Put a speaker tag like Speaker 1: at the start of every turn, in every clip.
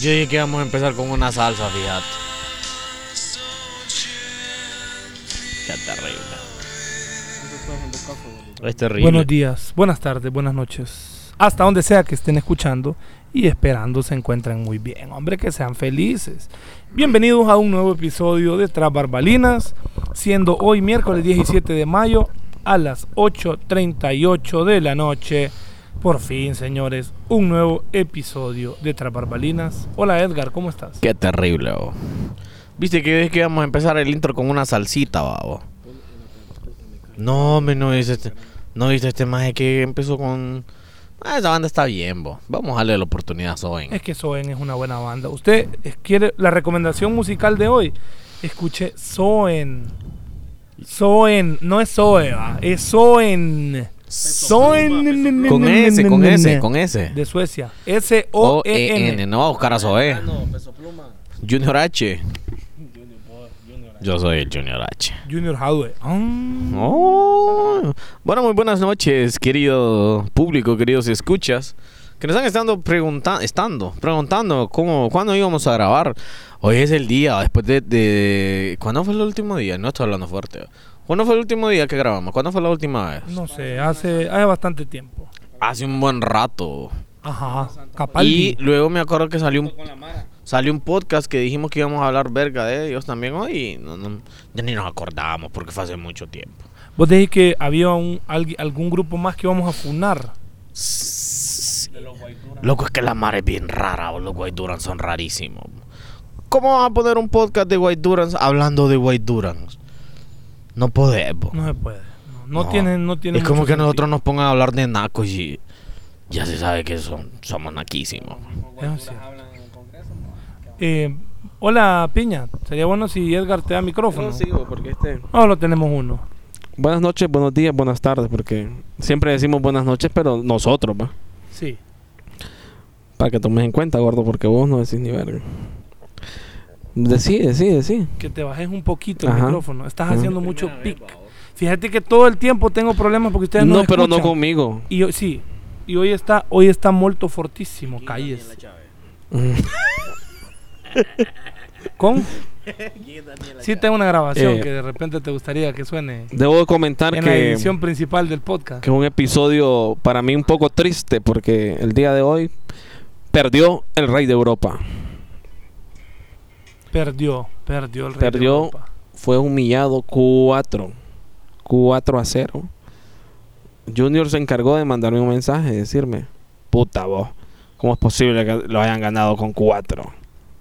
Speaker 1: Yo dije que vamos a empezar con una salsa, fíjate. Qué terrible. Es terrible.
Speaker 2: Buenos días, buenas tardes, buenas noches. Hasta donde sea que estén escuchando y esperando se encuentren muy bien. Hombre, que sean felices. Bienvenidos a un nuevo episodio de Tras Barbalinas, siendo hoy miércoles 17 de mayo a las 8.38 de la noche. Por fin, señores, un nuevo episodio de Tras Barbalinas. Hola Edgar, ¿cómo estás?
Speaker 1: Qué terrible, bo. Viste que yo dije que íbamos a empezar el intro con una salsita, babo. No, me no dice este. No dice este maje que empezó con. Ah, esa banda está bien, bo. Vamos a darle la oportunidad a Soen.
Speaker 2: Es que Soen es una buena banda. Usted eh, quiere la recomendación musical de hoy. Escuche Soen. Soen, no es Zoe, va, es Soen. Soen.
Speaker 1: Con ese, con ese, con ese.
Speaker 2: De Suecia. E
Speaker 1: O-E-N.
Speaker 2: S-O-E-N.
Speaker 1: E Ah, No, a buscar a Zoe.
Speaker 3: Peso pluma.
Speaker 1: Junior H. Yo soy el Junior H.
Speaker 2: Junior Hardware. Ah.
Speaker 1: Oh. Bueno, muy buenas noches, querido público, queridos escuchas, que nos han estado preguntando, estando, preguntando cómo, cuándo íbamos a grabar. Hoy es el día, después de, de- ¿Cuándo fue el último día? No estoy hablando fuerte. ¿Cuándo fue el último día que grabamos? ¿Cuándo fue la última vez?
Speaker 2: No sé, hace, hace bastante tiempo.
Speaker 1: Hace un buen rato.
Speaker 2: Ajá. Capaldi.
Speaker 1: Y luego me acuerdo que salió un,
Speaker 3: Con la mara.
Speaker 1: salió un podcast que dijimos que íbamos a hablar verga de ellos también hoy. y no- no- ya ni nos acordábamos porque fue hace mucho tiempo.
Speaker 2: Vos decís que había un, algui- algún grupo más que íbamos a funar.
Speaker 1: Loco, es que la mar es bien rara, o los White Durans son rarísimos. ¿Cómo vas a poner un podcast de White Durans hablando de White Durans? No podemos.
Speaker 2: No se puede. No, no tiene, no tiene
Speaker 1: Es como
Speaker 2: mucho
Speaker 1: que
Speaker 2: sentido.
Speaker 1: nosotros nos pongan a hablar de nacos y ya se sabe que son, somos naquísimos.
Speaker 2: Es cierto.
Speaker 3: Hablan en el Congreso. ¿no?
Speaker 2: Ah, Eh, hola, Piña. Sería bueno si Edgar te da micrófono.
Speaker 3: No sigo porque este.
Speaker 2: No, lo tenemos uno.
Speaker 3: Buenas noches, buenos días, buenas tardes, porque siempre decimos buenas noches, pero nosotros, va.
Speaker 2: Sí.
Speaker 3: Para que tomes en cuenta, gordo, porque vos no decís ni verga. Decí, decí, decí.
Speaker 2: Que te bajes un poquito el
Speaker 3: Ajá.
Speaker 2: micrófono. Estás
Speaker 3: Ajá.
Speaker 2: haciendo mucho pic. Fíjate que todo el tiempo tengo problemas porque ustedes no,
Speaker 3: No, pero no
Speaker 2: escuchan.
Speaker 3: conmigo.
Speaker 2: Y yo- sí. Y hoy está, hoy está molto fortísimo, calles. ¿Con? Sí, tengo una grabación
Speaker 3: Eh,
Speaker 2: que de repente te gustaría que suene
Speaker 3: Debo de comentar
Speaker 2: en la
Speaker 3: que,
Speaker 2: edición principal del podcast.
Speaker 3: que es un episodio para mí un poco triste, porque el día de hoy perdió el rey de Europa.
Speaker 2: Perdió, perdió el Rey de
Speaker 3: Perdió.
Speaker 2: Europa.
Speaker 3: fue humillado 4 4 a 0 Junior se encargó de mandarme un mensaje y decirme puta vos ¿cómo es posible que lo hayan ganado con 4?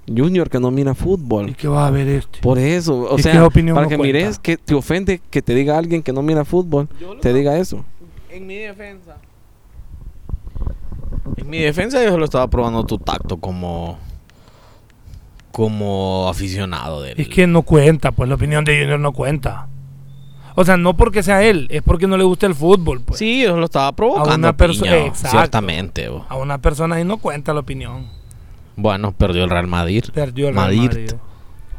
Speaker 3: Junior que no mira
Speaker 2: ¿Y
Speaker 3: fútbol
Speaker 2: qué va a ver este?
Speaker 3: por eso o
Speaker 2: ¿Y
Speaker 3: sea
Speaker 2: qué opinión
Speaker 3: para
Speaker 2: no
Speaker 3: que
Speaker 2: cuenta?
Speaker 3: mires que te ofende que te diga alguien que no mira fútbol te diga eso
Speaker 1: En mi defensa. En mi defensa yo solo estaba probando tu tacto como como aficionado del
Speaker 2: Es que no cuenta, pues la opinión de Junior no cuenta. O sea, no porque sea él, es porque no le gusta el fútbol, pues.
Speaker 1: Sí, yo lo estaba provocando.
Speaker 2: A una perso-
Speaker 1: piña,
Speaker 2: Exacto.
Speaker 1: Ciertamente. bo.
Speaker 2: A una persona y no cuenta la opinión.
Speaker 1: Bueno, perdió el Real Madrid.
Speaker 2: Perdió el Real
Speaker 1: Madrid.
Speaker 2: Madrid.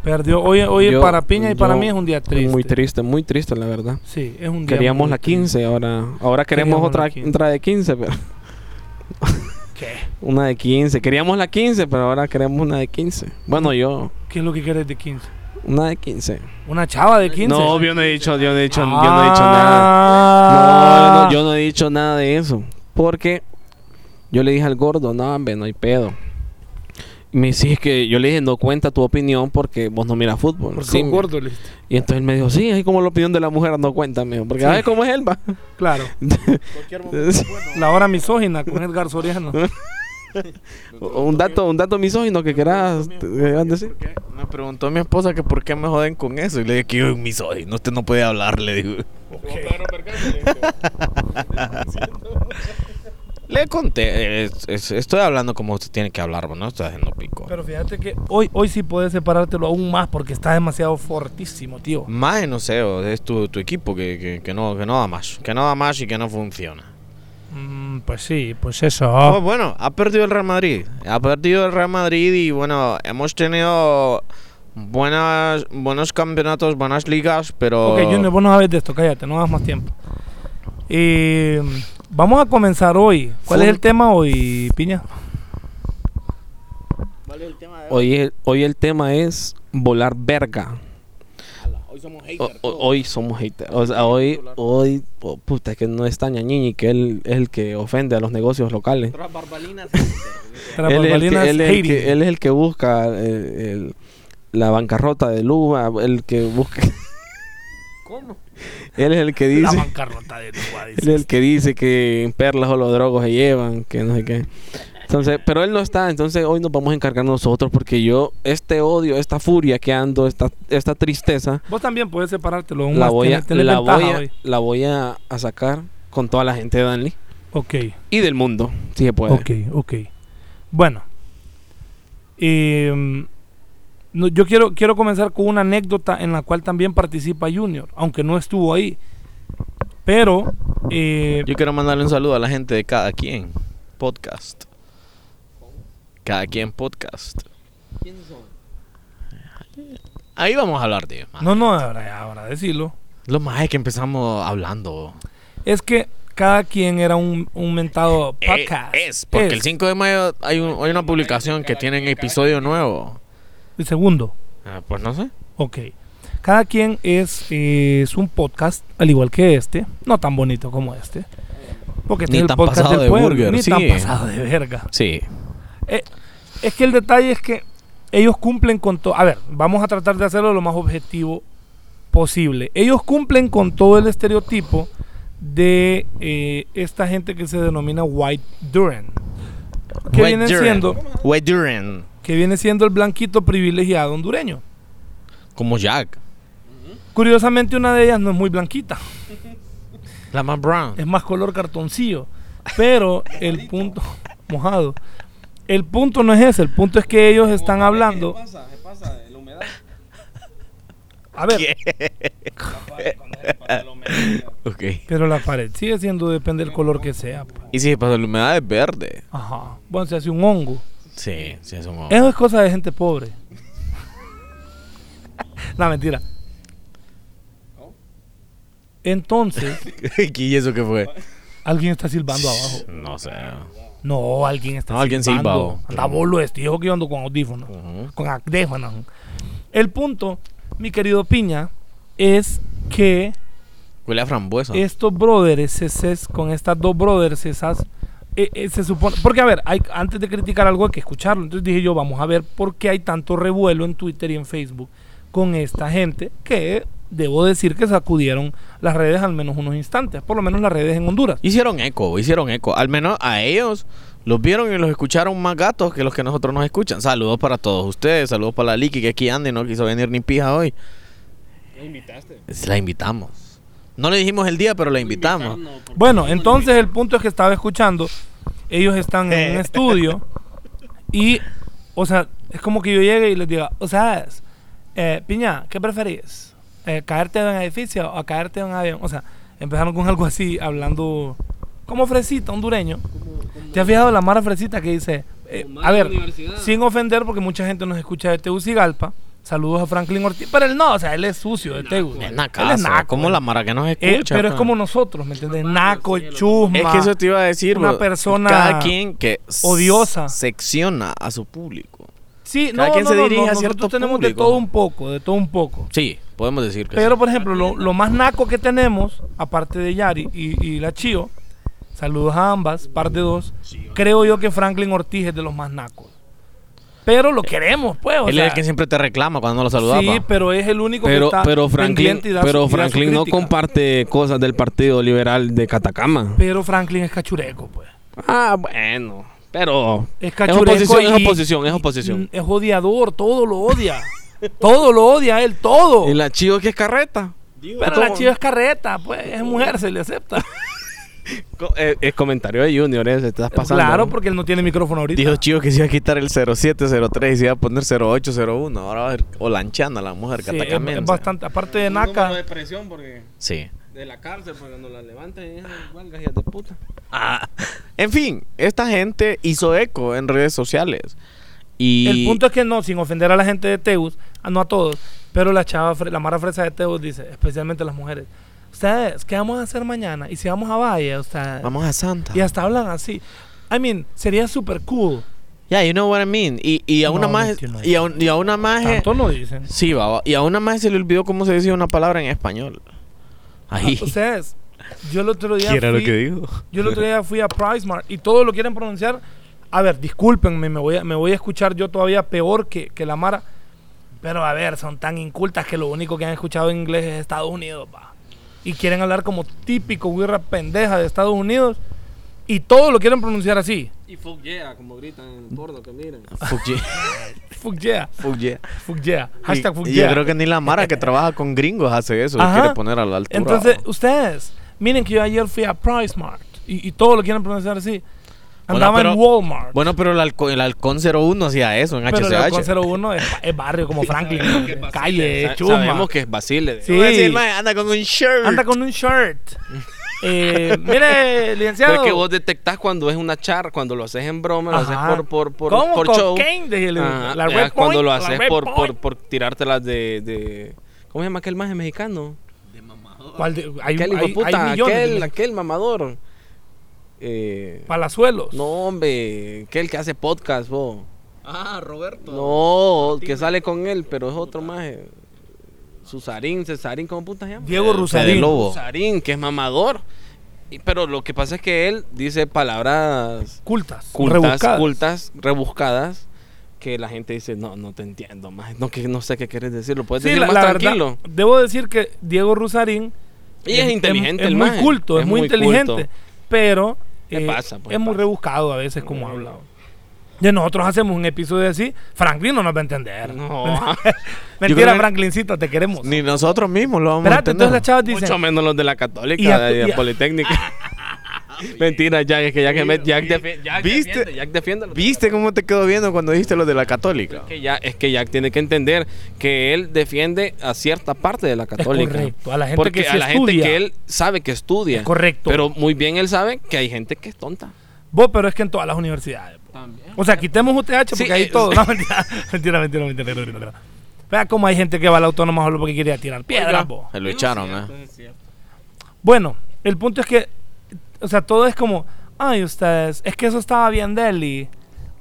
Speaker 2: Perdió. Oye, oye,
Speaker 3: Yo-
Speaker 2: para Piña y para
Speaker 3: yo-
Speaker 2: mí es un día
Speaker 3: Fue
Speaker 2: triste.
Speaker 3: muy triste muy triste la verdad
Speaker 2: Sí, es un día
Speaker 3: queríamos
Speaker 2: muy
Speaker 3: la
Speaker 2: triste.
Speaker 3: 15 ahora ahora queremos
Speaker 2: Queríamos la
Speaker 3: otra
Speaker 2: 15.
Speaker 3: otra de 15 pero
Speaker 2: ¿Qué?
Speaker 3: una de 15 queríamos la 15 pero ahora queremos una de 15 bueno yo
Speaker 2: ¿Qué es lo que querés de 15?
Speaker 3: Una de 15.
Speaker 2: ¿Una chava de Ah. 15?
Speaker 3: No, yo no he dicho, yo no he dicho, yo no he dicho nada.
Speaker 2: nada.
Speaker 3: No, yo no, yo no he dicho nada de eso. Porque yo le dije al gordo, no, hombre, no hay pedo. Y Me dice es que yo le dije, no cuenta tu opinión porque vos no miras fútbol.
Speaker 2: Porque
Speaker 3: Sí,
Speaker 2: un
Speaker 3: me-
Speaker 2: gordo le diste.
Speaker 3: Y entonces él me dijo, sí, es como la opinión de la mujer no cuenta, mijo, Porque
Speaker 2: Sí.
Speaker 3: ¿sabes cómo es él, va?
Speaker 2: Claro. La hora misógina con Edgar Soriano.
Speaker 3: un dato, un dato misógino que querás te- querás decir.
Speaker 1: ¿Por qué? Me preguntó mi esposa que por qué me joden con eso. Y le dije que yo soy un misógino, usted no puede hablar, le digo. le conté, es- es- estoy hablando como usted tiene que hablar, bo, no estoy haciendo pico.
Speaker 3: Pues.
Speaker 2: Pero fíjate que hoy, hoy sí podés separártelo aún más porque está demasiado fortísimo, tío.
Speaker 1: Más no sé, o es tu, tu equipo que, que- que no, que no da más, que no da más y que no funciona.
Speaker 2: Mm, pues sí, pues eso.
Speaker 1: Pues bueno, ha perdido el Real Madrid. Ha perdido el Real Madrid y bueno, hemos tenido buenas, buenos campeonatos, buenas ligas, pero...
Speaker 2: Ok, Junior, vos no sabés de esto, cállate, no das más tiempo. Eh, vamos a comenzar hoy. ¿Cuál
Speaker 1: Fun-
Speaker 2: es el tema hoy, Piña?
Speaker 3: Hoy el, hoy el tema es volar verga.
Speaker 1: Hoy somos
Speaker 3: O- o- hoy somos haters. O sea, hoy, hoy oh, puta, es que no está ñañini, que él es el que ofende a los negocios locales.
Speaker 1: Tras barbalinas.
Speaker 2: Tras
Speaker 3: él, es el
Speaker 2: bambalinas,
Speaker 3: que, él es el que-
Speaker 2: hating.
Speaker 3: él es el que busca el- el- la bancarrota de Luba, el que busca.
Speaker 1: ¿Cómo?
Speaker 3: Él es el que
Speaker 2: La
Speaker 3: dice.
Speaker 2: bancarrota de Uruguay,
Speaker 3: Él es el que dice que perlas o los drogos se llevan, que no sé qué. Entonces, pero él no está, entonces hoy nos vamos a encargar nosotros porque yo, este odio, esta furia que ando, esta, esta tristeza,
Speaker 2: Vos también puedes separártelo. aún
Speaker 3: la
Speaker 2: más,
Speaker 3: voy, a,
Speaker 2: tenés- tenés
Speaker 3: la,
Speaker 2: ventaja
Speaker 3: voy a,
Speaker 2: hoy.
Speaker 3: la voy a, a sacar con toda la gente de Danley
Speaker 2: Ok,
Speaker 3: y del mundo, si se puede.
Speaker 2: ok, ok. Bueno. Em, no, yo quiero, quiero comenzar con una anécdota en la cual también participa Junior, aunque no estuvo ahí. Pero eh,
Speaker 1: Yo quiero mandarle un saludo a la gente de Cada Quien Podcast. Cada Quien Podcast. Ahí vamos a hablar de ma.
Speaker 2: No, no, ahora, ahora decirlo.
Speaker 1: Lo más es que empezamos hablando.
Speaker 2: Es que cada quien era un, un mentado podcast.
Speaker 1: Eh, es, porque
Speaker 2: Es.
Speaker 1: el 5 de mayo hay, un- hay una publicación que tienen episodio nuevo.
Speaker 2: El segundo,
Speaker 1: Ah, pues no sé.
Speaker 2: ok. Cada quien es, eh, es un podcast, al igual que este, no tan bonito como este. Porque este
Speaker 1: Ni
Speaker 2: es el
Speaker 1: tan
Speaker 2: podcast
Speaker 1: pasado
Speaker 2: del
Speaker 1: de
Speaker 2: pueblo,
Speaker 1: burger,
Speaker 2: ni
Speaker 1: sí.
Speaker 2: tan pasado de verga.
Speaker 1: Sí.
Speaker 2: Eh, es que el detalle es que ellos cumplen con todo. A ver, vamos a tratar de hacerlo lo más objetivo posible. Ellos cumplen con todo el estereotipo de eh, esta gente que se denomina White Duran. Que
Speaker 1: Wet
Speaker 2: viene
Speaker 1: Duran.
Speaker 2: siendo
Speaker 1: Wet Duran.
Speaker 2: que viene siendo el blanquito privilegiado hondureño.
Speaker 1: Como Jack.
Speaker 2: Curiosamente una de ellas no es muy blanquita,
Speaker 1: La más brown.
Speaker 2: es más color cartoncillo, pero el punto mojado. El punto no es ese, el punto es que ellos están hablando.
Speaker 3: pasa? pasa? La humedad.
Speaker 2: A ver,
Speaker 1: Ok.
Speaker 2: Pero la pared sigue siendo, depende del color que sea. pa.
Speaker 1: Y si pasa la humedad es verde.
Speaker 2: Ajá. Bueno, se hace un hongo.
Speaker 1: Sí, sí, es un
Speaker 2: Eso es cosa de gente pobre. la mentira. Entonces,
Speaker 1: ¿Y eso qué fue?
Speaker 2: alguien está silbando abajo.
Speaker 1: No sé.
Speaker 2: No, alguien está
Speaker 1: No, alguien silbado.
Speaker 2: silbando. Anda bolo este. Dijo que yo ando con audífonos.
Speaker 1: Ujú.
Speaker 2: Con audífonos. El punto, mi querido Piña, es que
Speaker 1: Huele a frambuesa.
Speaker 2: estos brothers, se ses- con estas dos brothers, esas, eh, eh, se supone, porque a ver, hay, antes de criticar algo hay que escucharlo, entonces dije yo, vamos a ver por qué hay tanto revuelo en Twitter y en Facebook con esta gente que debo decir que sacudieron las redes al menos unos instantes, por lo menos las redes en Honduras.
Speaker 1: Hicieron eco, hicieron eco. Al menos a ellos los vieron y los escucharon más gatos que los que nosotros nos escuchan. Saludos para todos ustedes, saludos para la Liki que aquí anda y no quiso venir ni pija hoy. ¿La invitaste? La invitamos. No le dijimos el día, pero la invitamos.
Speaker 2: Bueno, entonces el punto es que estaba escuchando, ellos están en un estudio y, o sea, es como que yo llegue y les diga, o sea, es, eh, Piña, ¿qué preferís? Eh, ¿Caerte de un edificio o caerte de un avión? O sea, empezaron con algo así, hablando como fresita, hondureño. ¿Te has fijado la mara fresita que dice? eh, a ver, sin ofender, porque mucha gente nos escucha de Tegucigalpa. Saludos a Franklin Ortiz. Pero él no, o sea, él es sucio de Tegu.
Speaker 1: Es
Speaker 2: Él
Speaker 1: nacazo,
Speaker 2: naco,
Speaker 1: como
Speaker 2: él.
Speaker 1: la mara que nos escucha.
Speaker 2: Eh, pero es
Speaker 1: pa.
Speaker 2: como nosotros, ¿me entiendes? Naco, chusma.
Speaker 1: Es que eso te iba a decir,
Speaker 2: Una
Speaker 1: bro.
Speaker 2: persona
Speaker 1: Cada quien que s-
Speaker 2: odiosa.
Speaker 1: secciona a su público.
Speaker 2: Sí,
Speaker 1: cada
Speaker 2: no,
Speaker 1: quien
Speaker 2: no,
Speaker 1: se
Speaker 2: no,
Speaker 1: dirige
Speaker 2: no,
Speaker 1: a
Speaker 2: nosotros
Speaker 1: cierto
Speaker 2: tenemos de
Speaker 1: público.
Speaker 2: todo un poco, de todo un poco.
Speaker 1: Sí, podemos decir que
Speaker 2: Pero, por ejemplo, lo, lo más naco que tenemos, aparte de Yari y, y la Chio, saludos a ambas, parte 2, creo yo que Franklin Ortiz es de los más nacos. Pero lo queremos, pues. o
Speaker 1: sí. Él
Speaker 2: sea,
Speaker 1: es el que siempre te reclama cuando no lo saludaba.
Speaker 2: sí,
Speaker 1: pa.
Speaker 2: pero es el único que
Speaker 3: Pero,
Speaker 2: está
Speaker 3: pero Franklin,
Speaker 2: pendiente y da su- y
Speaker 3: pero
Speaker 2: da su
Speaker 3: Franklin no
Speaker 2: crítica.
Speaker 3: comparte cosas del Partido Liberal de Catacama.
Speaker 2: Pero Franklin es cachureco, pues.
Speaker 3: Ah, bueno. Pero
Speaker 2: Es cachureco
Speaker 3: oposición, es
Speaker 2: y-
Speaker 3: oposición, es
Speaker 2: Mm,
Speaker 3: oposición.
Speaker 2: Es odiador, todo lo odia. todo lo odia él, todo.
Speaker 3: Y la chido que es carreta.
Speaker 2: Pero la chiva es carreta, pues, es mujer, se le acepta.
Speaker 3: Co- eh, Es comentario de Junior, eh, se te estás pasando.
Speaker 2: Claro, porque él no tiene micrófono ahorita.
Speaker 1: Dijo Chivo que se iba a quitar el 0703 y se iba a poner 0801. Ahora va a ser Olanchana, la mujer
Speaker 2: Sí,
Speaker 1: que
Speaker 2: es-
Speaker 1: ataca
Speaker 2: es,
Speaker 1: Mensa.
Speaker 2: bastante, aparte de Naca,
Speaker 3: presión porque
Speaker 1: Sí.
Speaker 3: de la cárcel para que nos la levanten huelgas de puta.
Speaker 1: Ah, En fin, esta gente hizo eco en redes sociales. Y
Speaker 2: el punto es que no, sin ofender a la gente de Teus, a- no a todos, pero la chava, fre- la mara fresa de Teus dice, especialmente las mujeres, ustedes, ¿qué vamos a hacer mañana? Y si vamos a Valle, ustedes,
Speaker 1: Vamos a Santa.
Speaker 2: y hasta hablan así. I mean, sería súper cool
Speaker 1: Yeah, you know what I mean. Y, y a
Speaker 2: No,
Speaker 1: una
Speaker 2: no
Speaker 1: más.
Speaker 2: entiendo
Speaker 1: Y a, un- y a una más.
Speaker 2: Tanto no dicen.
Speaker 1: Sí, baba. Y a una más se le olvidó cómo se decía una palabra en español. Ahí.
Speaker 2: O sea, es- yo el otro día
Speaker 1: ¿Qué era lo
Speaker 2: fui,
Speaker 1: que dijo?
Speaker 2: yo el otro día fui a PriceMart y todos lo quieren pronunciar. A ver, discúlpenme, me voy a, me voy a escuchar yo todavía peor que, que la Mara. Pero a ver, son tan incultas que lo único que han escuchado en inglés es Estados Unidos, pa. Y quieren hablar como típico guirra pendeja de Estados Unidos. Y todo lo quieren pronunciar así.
Speaker 3: Y fuck yeah, como gritan en porno que miren.
Speaker 1: Fuck yeah.
Speaker 2: Fuck yeah,
Speaker 1: Fuck yeah.
Speaker 2: fuck yeah.
Speaker 1: Y-
Speaker 2: Hashtag fuck
Speaker 1: y
Speaker 2: yeah.
Speaker 1: Yo creo que ni la Mara que trabaja con gringos hace eso.
Speaker 2: Ajá.
Speaker 1: Quiere poner a la altura.
Speaker 2: Entonces,
Speaker 1: baba.
Speaker 2: ustedes, miren que yo ayer fui a PriceMart y, y todo lo quieren pronunciar así.
Speaker 1: Bueno,
Speaker 2: Andaba
Speaker 1: pero-
Speaker 2: en Walmart.
Speaker 1: Bueno, pero el, halcón- el halcón 01 hacía eso en
Speaker 2: pero el
Speaker 1: HCH.
Speaker 2: Halcón 01 es, es barrio como Franklin, calle, chuma.
Speaker 3: Sabemos que es Basile.
Speaker 2: Sí.
Speaker 1: Voy a decir, "Mae, anda con un shirt.
Speaker 2: Anda con un shirt. Eh, mire, licenciado.
Speaker 3: Pero es que vos detectás cuando es una char, cuando lo haces en broma, lo
Speaker 2: Ajá.
Speaker 3: haces por, por, por,
Speaker 2: ¿Cómo
Speaker 3: por show.
Speaker 2: cocaine? Dije, le-
Speaker 3: Ajá,
Speaker 2: la
Speaker 3: ya,
Speaker 2: Red
Speaker 3: cuando
Speaker 2: Point,
Speaker 3: lo
Speaker 2: la
Speaker 3: haces
Speaker 2: Red
Speaker 3: por, por,
Speaker 2: Point.
Speaker 3: por tirártelas de, de. ¿Cómo se llama aquel maje mexicano?
Speaker 2: ¿Cuál de- hay,
Speaker 3: aquel hijo
Speaker 2: hay-
Speaker 3: de puta,
Speaker 2: hay millones de
Speaker 3: aquel,
Speaker 2: licenciados.
Speaker 3: aquel mamador. Eh,
Speaker 2: Palazuelos.
Speaker 3: no, hombre, aquel que hace podcast, vos.
Speaker 4: Ah, Roberto.
Speaker 3: No, que sale con él, pero es otro maje. Susarín, Cesarín, ¿cómo puta se llama?
Speaker 2: Diego
Speaker 1: Fede
Speaker 2: Rusarín.
Speaker 1: Lobo.
Speaker 3: Susarín, que es mamador. Y- Pero lo que pasa es que él dice palabras
Speaker 2: Cultas.
Speaker 3: cultas,
Speaker 2: rebuscadas.
Speaker 3: cultas, rebuscadas, que la gente dice, no, no te entiendo más, no, que, no sé qué quieres decir, lo puedes
Speaker 2: Sí,
Speaker 3: decir
Speaker 2: la,
Speaker 3: más
Speaker 2: la verdad,
Speaker 3: tranquilo.
Speaker 2: debo decir que Diego Rusarín
Speaker 3: y es, inteligente
Speaker 2: es
Speaker 3: el
Speaker 2: muy
Speaker 3: maje,
Speaker 2: culto, es, muy inteligente,
Speaker 3: culto.
Speaker 2: pero eh,
Speaker 3: ¿Qué pasa, pues,
Speaker 2: es muy
Speaker 3: pasa?
Speaker 2: rebuscado a veces como habla. Ya nosotros hacemos un episodio así, Franklin no nos va a entender.
Speaker 3: No.
Speaker 1: Yo creo
Speaker 2: Mentira,
Speaker 1: que-
Speaker 2: Franklincito, te queremos.
Speaker 1: Ni nosotros mismos lo vamos a
Speaker 2: Espérate,
Speaker 1: entender.
Speaker 2: entonces las chavas dicen,
Speaker 3: Mucho menos los de la Católica,
Speaker 2: Y a-
Speaker 3: de
Speaker 2: y
Speaker 3: la
Speaker 2: a-
Speaker 3: Politécnica. Mentira, Jack, es que Jack, Jack, Jack, defi- Jack
Speaker 1: ¿Viste?
Speaker 3: defiende, Jack defiende los-
Speaker 1: ¿Viste cómo te quedó viendo cuando dijiste lo de la católica?
Speaker 3: Que ya, es que Jack tiene que entender que él defiende a cierta parte de la católica.
Speaker 2: correcto, a la gente que
Speaker 3: Porque
Speaker 2: sí
Speaker 3: a la
Speaker 2: estudia.
Speaker 3: gente que él sabe que estudia.
Speaker 2: Es correcto.
Speaker 3: Pero muy bien él sabe que hay gente que es tonta.
Speaker 2: vos, pero es que en todas las universidades. po. O sea, quitemos UTH porque
Speaker 3: Sí,
Speaker 2: hay
Speaker 3: eh,
Speaker 2: todo. No, mentira, mentira, mentira, mentira, mentira, mentira. Vea cómo hay gente que va a la autónoma solo porque quería tirar piedras, vos.
Speaker 1: Se lo echaron,
Speaker 3: pues,
Speaker 1: ¿eh?
Speaker 2: Bueno, el punto es que, o sea, todo es como, ay, ustedes, es que eso estaba bien deli.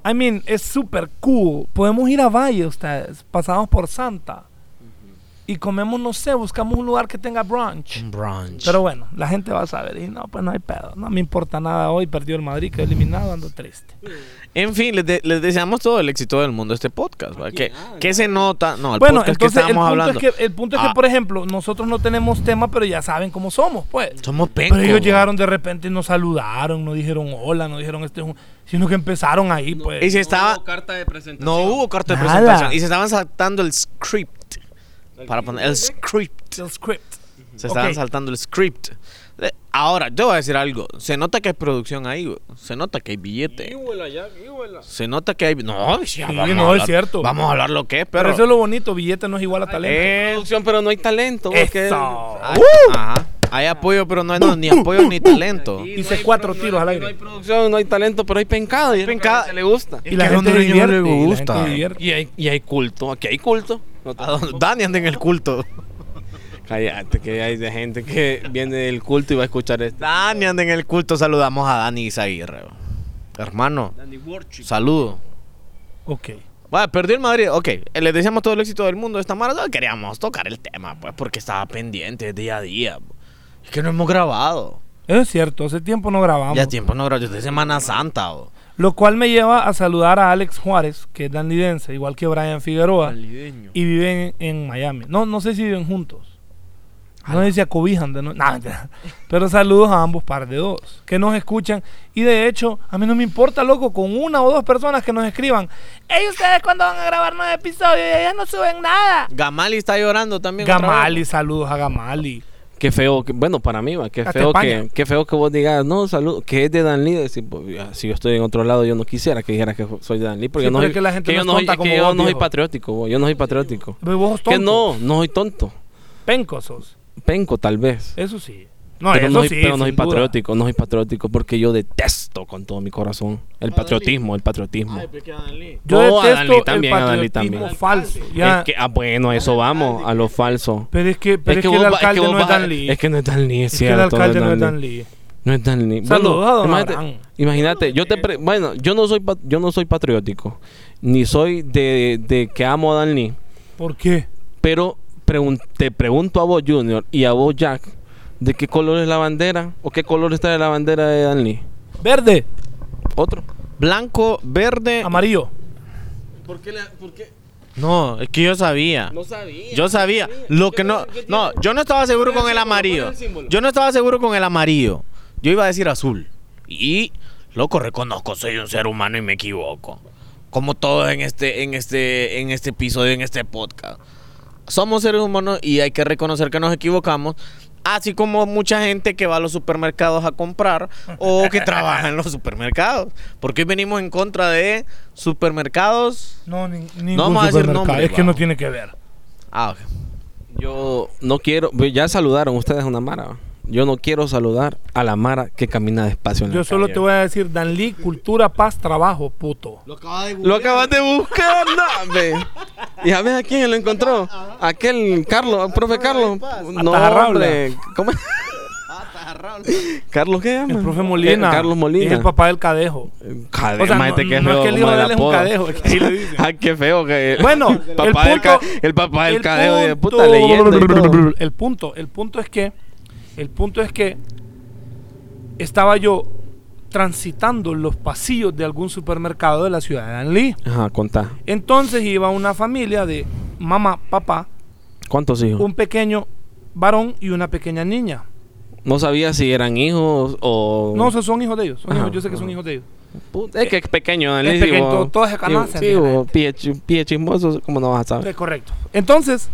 Speaker 2: I mean, es súper cool. Podemos ir a Valle, ustedes. Pasamos por Santa. Y comemos, no sé, buscamos un lugar que tenga brunch.
Speaker 1: brunch.
Speaker 2: Pero bueno, la gente va a saber. Y no, pues no hay pedo. No me importa nada hoy. Perdió el Madrid, quedó eliminado, ando triste.
Speaker 1: En fin, les, de- les deseamos todo el éxito del mundo a este podcast. ¿verdad? Que, que se nota. No, el
Speaker 2: bueno,
Speaker 1: podcast
Speaker 2: entonces
Speaker 1: que
Speaker 2: el punto,
Speaker 1: estábamos hablando.
Speaker 2: es que, eh, el punto es que,
Speaker 1: Ah.
Speaker 2: por ejemplo, nosotros no tenemos tema, pero ya saben cómo somos, pues.
Speaker 1: Somos pencos.
Speaker 2: Pero ellos llegaron de repente y nos saludaron, no dijeron hola, no dijeron este es un... Sino que empezaron ahí, pues.
Speaker 1: Y se estaba.
Speaker 3: carta de presentación.
Speaker 1: No hubo carta de
Speaker 2: Nada.
Speaker 1: presentación. Y se estaban saltando el script. Para poner el script.
Speaker 2: El script.
Speaker 1: Se
Speaker 2: Ok.
Speaker 1: estaban saltando el script. Eh, Ahora, yo voy a decir algo. Se nota que hay producción ahí, güey. Se nota que hay billete. Se nota que hay. No, sí,
Speaker 2: Sí,
Speaker 1: vamos a
Speaker 2: no, es
Speaker 1: hablar-
Speaker 2: cierto.
Speaker 1: Vamos a hablar lo que es,
Speaker 2: Pero,
Speaker 1: pero.
Speaker 2: eso es lo bonito, billete no es igual a talento.
Speaker 3: producción, pero eh, no hay talento.
Speaker 2: Eso.
Speaker 3: porque-
Speaker 1: Ay, Ajá. Hay apoyo, pero no hay no, ni apoyo ni talento.
Speaker 3: Aquí
Speaker 2: Hice
Speaker 3: hay
Speaker 2: cuatro
Speaker 3: pro-
Speaker 2: tiros
Speaker 3: hay-
Speaker 2: al
Speaker 3: aquí
Speaker 2: aire.
Speaker 3: No hay producción, no hay talento, pero hay pencada. Y
Speaker 1: Pencada.
Speaker 3: pencada. Se le gusta.
Speaker 1: Es que a
Speaker 2: se
Speaker 1: Hondureño no le
Speaker 2: divierte, y la
Speaker 1: gusta.
Speaker 2: gente divierte.
Speaker 3: Y hay, y hay culto. Aquí hay culto. No te-
Speaker 1: A don- Dani anda en el culto.
Speaker 3: Cállate, que hay de gente que viene del culto y va a escuchar esto.
Speaker 1: Dani anda en el culto. Saludamos a Dani Isaguirre. Hermano, saludo.
Speaker 2: Ok.
Speaker 1: Vaya, perdió el Madrid. Ok, eh, les deseamos todo el éxito del mundo. Esta maratón queríamos tocar el tema, pues, porque estaba pendiente día a día. Es que no hemos grabado.
Speaker 2: Eso es cierto, hace tiempo no grabamos.
Speaker 1: Ya tiempo no grabamos. Desde Semana Santa. bo.
Speaker 2: Lo cual me lleva a saludar a Alex Juárez, que es danlidense, igual que Brian Figueroa, y viven en, en Miami. No, no sé si viven juntos. No sé si acobijan de no- nah, mentira. Pero saludos a ambos par de dos que nos escuchan. Y de hecho, a mí no me importa, loco, con una o dos personas que nos escriban. Ey, ustedes cuando van a grabar nuevos episodios, ellas no suben nada.
Speaker 1: Gamali está llorando también. otra vez.
Speaker 2: Gamali, saludos a Gamali.
Speaker 3: Qué feo, que- bueno, para mí, va, qué
Speaker 2: Hasta
Speaker 3: feo,
Speaker 2: España.
Speaker 3: que, qué feo que vos digas, no, salud, que es de Dan Lee. Decir, pues, ah, si yo estoy en otro lado, yo no quisiera que dijeras que soy de Dan Lee. Porque
Speaker 2: Sí,
Speaker 3: yo no
Speaker 2: pero
Speaker 3: soy,
Speaker 2: es que la gente no
Speaker 3: yo
Speaker 2: es
Speaker 3: no soy-
Speaker 2: tonta
Speaker 3: es
Speaker 2: como
Speaker 3: que yo
Speaker 2: vos,
Speaker 3: no soy
Speaker 2: viejo.
Speaker 3: patriótico, vos, yo no soy patriótico.
Speaker 2: Pero Vos
Speaker 3: Que
Speaker 2: tonto,
Speaker 3: no, no soy tonto.
Speaker 2: penco sos.
Speaker 3: Penco, tal vez.
Speaker 2: Eso sí. No,
Speaker 3: pero
Speaker 2: eso
Speaker 3: no soy,
Speaker 2: sí,
Speaker 3: pero no soy
Speaker 2: sin duda.
Speaker 3: patriótico, no soy patriótico porque yo detesto con todo mi corazón el patriotismo, el patriotismo.
Speaker 2: Yo
Speaker 3: No, a Dan
Speaker 2: detesto
Speaker 3: Lee también,
Speaker 2: el
Speaker 3: a Dan Lee
Speaker 2: patriotismo
Speaker 3: también.
Speaker 2: falso. Ya.
Speaker 3: Es que, ah, bueno, a eso vamos, a lo falso.
Speaker 2: Pero es que, pero es que,
Speaker 3: vos
Speaker 2: el
Speaker 3: va-
Speaker 2: alcalde
Speaker 3: vos
Speaker 2: no es
Speaker 3: vas a-
Speaker 2: Dan Lee.
Speaker 3: Es que no es Dan Lee, es
Speaker 2: Es que el
Speaker 3: cierto,
Speaker 2: alcalde
Speaker 3: Dan
Speaker 2: no es
Speaker 3: Lee.
Speaker 2: Dan Lee.
Speaker 3: No es tan ni-
Speaker 2: Saludos a don
Speaker 3: imagínate-
Speaker 2: Abraham.
Speaker 3: Imagínate, yo te pre- bueno, yo no soy pat- yo no soy patriótico, ni soy de, de que amo a Dalí,
Speaker 2: ¿Por qué?
Speaker 3: pero pregun- te pregunto a vos Junior y a vos Jack, ¿de qué color es la bandera o qué color está la bandera de Dalí?
Speaker 2: Verde,
Speaker 3: Otro.
Speaker 1: Blanco,
Speaker 3: Eh.
Speaker 1: verde.
Speaker 2: amarillo.
Speaker 3: ¿Por qué por qué
Speaker 1: No, es que yo sabía.
Speaker 3: sabía?
Speaker 1: Yo sabía. Lo que no. No, yo no estaba seguro
Speaker 3: ¿Cuál
Speaker 1: con
Speaker 3: es el
Speaker 1: el
Speaker 3: símbolo?
Speaker 1: amarillo.
Speaker 3: ¿Cuál es el símbolo?
Speaker 1: Yo no estaba seguro con el amarillo. Yo iba a decir azul. Y, loco, reconozco, soy un ser humano y me equivoco. Como todos en este, en este, en este episodio, en este podcast. Somos seres humanos y hay que reconocer que nos equivocamos. Así como mucha gente que va a los supermercados a comprar o que trabaja en los supermercados. Porque hoy venimos en contra de supermercados.
Speaker 2: No, ni- ningún
Speaker 1: vamos a decir
Speaker 2: supermercado.
Speaker 1: nombre,
Speaker 2: Es que no
Speaker 1: vamos.
Speaker 2: tiene que ver.
Speaker 1: Ah, ok.
Speaker 3: Yo no quiero, ve, ya saludaron ustedes a una mara. Yo no quiero saludar a la mara que camina despacio en la
Speaker 2: Yo solo
Speaker 3: calle.
Speaker 2: te voy a decir, Danlí, cultura, paz, trabajo, puto.
Speaker 3: Lo acabas de buscar, no, ve. ¿Y sabes a quién lo encontró? Aquel Carlos, al profe Carlos. No,
Speaker 2: Atajarrabla.
Speaker 3: hombre. ¿Cómo es? ¿Carlos qué llama?
Speaker 2: El profe Molina.
Speaker 3: Eh, Carlos
Speaker 2: Es
Speaker 3: Molina.
Speaker 2: el papá del cadejo.
Speaker 3: Cadejo,
Speaker 2: O sea,
Speaker 3: maete,
Speaker 2: no-
Speaker 3: qué
Speaker 2: no es
Speaker 3: feo
Speaker 2: que el
Speaker 3: como
Speaker 2: hijo de él es un
Speaker 3: apodo.
Speaker 2: cadejo, es que así le dicen.
Speaker 3: Ah, qué feo que...
Speaker 2: Bueno,
Speaker 3: el
Speaker 2: el
Speaker 3: papá, del, ca-
Speaker 2: punto-
Speaker 3: el papá del
Speaker 2: el
Speaker 3: cadejo de
Speaker 2: punto-
Speaker 3: puta leyenda y todo.
Speaker 2: El punto, el punto es que, el punto es que estaba yo transitando los pasillos de algún supermercado de la ciudad de Danlí.
Speaker 3: Ajá, contá.
Speaker 2: Entonces iba una familia de mamá, papá,
Speaker 3: ¿Cuántos hijos?
Speaker 2: un pequeño varón y una pequeña niña.
Speaker 3: No sabía si eran hijos o...
Speaker 2: No, esos son hijos de ellos. son
Speaker 3: Oh. Ajá,
Speaker 2: hijos, yo sé que son
Speaker 3: ajá.
Speaker 2: hijos de ellos.
Speaker 3: Puta, Es que es pequeño.
Speaker 2: Es pequeño, todos se conocen,
Speaker 3: Sí,
Speaker 2: diferente.
Speaker 3: vos, pie, chi- pie chismoso, ¿cómo no vas a saber?
Speaker 2: Es correcto. Entonces,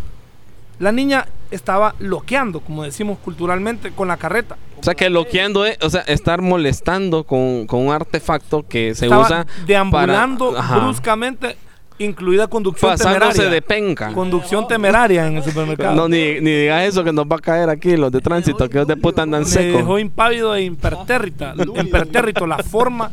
Speaker 2: la niña estaba loqueando, como decimos culturalmente, con la carreta.
Speaker 3: O sea, que loqueando es, o sea, estar molestando con, con un artefacto que se
Speaker 2: estaba
Speaker 3: usa
Speaker 2: deambulando
Speaker 3: para- ajá,
Speaker 2: bruscamente, incluida conducción
Speaker 3: pasándose
Speaker 2: temeraria.
Speaker 3: de penca.
Speaker 2: Conducción temeraria en el supermercado.
Speaker 3: No, ni, ni digas eso que nos va a caer aquí los de tránsito, que los de puta andan
Speaker 2: Me dejó
Speaker 3: secos.
Speaker 2: impávido e impertérrita, impertérrito la forma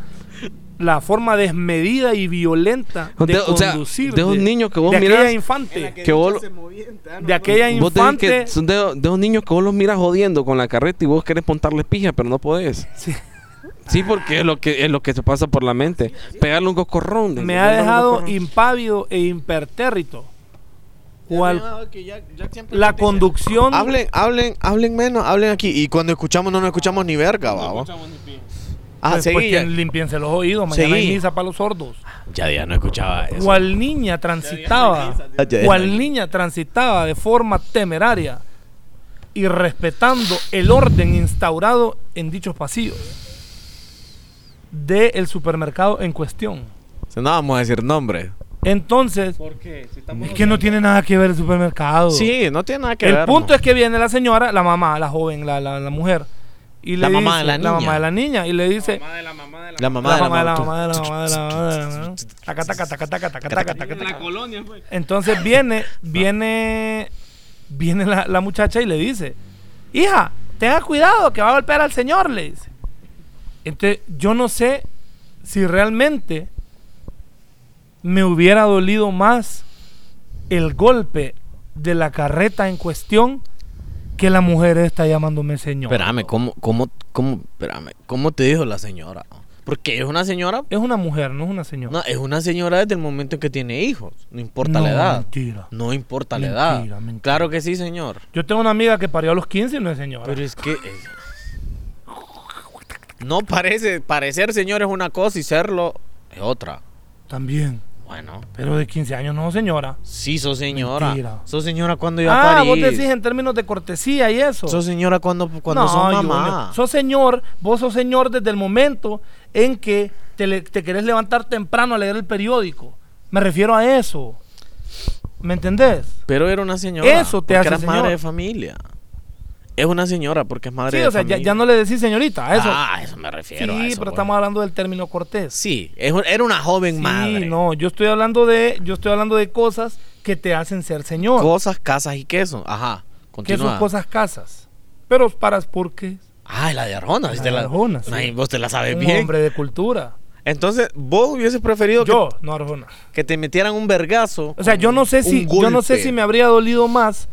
Speaker 2: la forma desmedida y violenta de,
Speaker 3: De- o sea,
Speaker 2: conducir
Speaker 3: de un niño que vos
Speaker 2: de aquella
Speaker 3: mirás-
Speaker 2: infante
Speaker 3: Que vos,
Speaker 2: de aquella
Speaker 3: vos tenés que
Speaker 2: infante
Speaker 3: son de, de un niño que vos los miras jodiendo con la carreta y vos querés pontarle pija, pero no podés.
Speaker 2: Sí.
Speaker 3: Sí, porque es lo que es lo que se pasa por la mente. Pegarle un cocorrón.
Speaker 2: me ha dejado impávido e impertérrito cual, la conducción
Speaker 1: Hablen, hablen, hablen menos, hablen aquí. Y cuando escuchamos, no nos escuchamos ni verga, vamos. Ah,
Speaker 2: pues,
Speaker 1: seguí.
Speaker 2: pues,
Speaker 1: Ya.
Speaker 2: que limpiense los oídos mañana hay
Speaker 1: Seguí.
Speaker 2: misa para los sordos
Speaker 1: ya, ya no escuchaba eso.
Speaker 2: cual niña transitaba
Speaker 1: Ah, ya, ya.
Speaker 2: cual niña transitaba de forma temeraria y respetando el orden instaurado en dichos pasillos del supermercado en cuestión.
Speaker 1: Si No vamos a decir nombre.
Speaker 2: Entonces,
Speaker 3: ¿Por qué?
Speaker 2: es que no tiene nada que ver el supermercado.
Speaker 1: Sí, no tiene nada que
Speaker 2: el
Speaker 1: ver.
Speaker 2: punto es que viene la señora, la mamá, la joven, la, la- la mujer. Y
Speaker 1: La
Speaker 2: le
Speaker 1: mamá de
Speaker 2: dice-
Speaker 1: la niña.
Speaker 2: mamá de la niña. Y le dice...
Speaker 1: la mamá de la mamá. tú.
Speaker 2: de la mamá de la mamá de la mamá. Taca, taca, taca, taca, taca, taca, taca, taca.
Speaker 3: colonia, pues.
Speaker 2: Entonces viene, viene, viene la, la muchacha y le dice, hija, tenga cuidado que va a golpear al señor, le dice. Entonces yo no sé si realmente me hubiera dolido más el golpe de la carreta en cuestión que la mujer está llamándome señor.
Speaker 1: Espérame, ¿cómo, cómo, cómo, espérame, ¿cómo te dijo la señora? Porque es una señora.
Speaker 2: Es una mujer, no es una señora.
Speaker 1: No, es una señora desde el momento en que tiene hijos. No importa
Speaker 2: No,
Speaker 1: la edad.
Speaker 2: mentira.
Speaker 1: No importa
Speaker 2: Mentira,
Speaker 1: la edad.
Speaker 2: mentira.
Speaker 1: Claro que sí, señor.
Speaker 2: Yo tengo una amiga que parió a los 15 y no es señora.
Speaker 1: Pero es que. es- No parece. Parecer señor es una cosa y serlo es otra.
Speaker 2: También.
Speaker 1: Bueno,
Speaker 2: Pero de 15 años no, señora.
Speaker 1: sí, sos señora.
Speaker 2: Mentira.
Speaker 1: Sos señora cuando iba a
Speaker 2: Ah,
Speaker 1: París.
Speaker 2: vos decís en términos de cortesía y eso.
Speaker 1: Sos señora cuando, cuando
Speaker 2: No,
Speaker 1: sos
Speaker 2: Junior,
Speaker 1: mamá.
Speaker 2: Sos señor, vos sos señor desde el momento en que te, le- te querés levantar temprano a leer el periódico. Me refiero a eso. ¿Me entendés?
Speaker 1: Pero era una señora.
Speaker 2: Eso te
Speaker 1: porque
Speaker 2: hace
Speaker 1: eras
Speaker 2: señora.
Speaker 1: madre de familia. Es una señora porque es madre
Speaker 2: sí,
Speaker 1: de
Speaker 2: o sea, ya,
Speaker 1: familia.
Speaker 2: ya no le decís señorita. A eso.
Speaker 1: Ah, a eso me refiero.
Speaker 2: sí,
Speaker 1: a eso,
Speaker 2: pero
Speaker 1: pues.
Speaker 2: estamos hablando del término cortés.
Speaker 1: Sí, es un- era una joven
Speaker 2: Sí,
Speaker 1: madre.
Speaker 2: no, yo estoy hablando de, yo estoy hablando de cosas que te hacen ser señor.
Speaker 1: Cosas, casas y queso. Ajá.
Speaker 2: que
Speaker 1: Continúa.
Speaker 2: son cosas casas. Pero paras porque
Speaker 1: Ah, la de Arjona.
Speaker 2: La
Speaker 1: sí
Speaker 2: de
Speaker 1: te La
Speaker 2: Arjona, sí.
Speaker 1: Ay, vos te la sabes
Speaker 2: un
Speaker 1: bien.
Speaker 2: hombre de cultura.
Speaker 1: Entonces, vos hubieses preferido que-
Speaker 2: Yo, no Arjona.
Speaker 1: Que, te metieran un vergazo.
Speaker 2: O sea, yo no sé
Speaker 1: un
Speaker 2: si yo no sé
Speaker 1: golpe.
Speaker 2: si me habría dolido más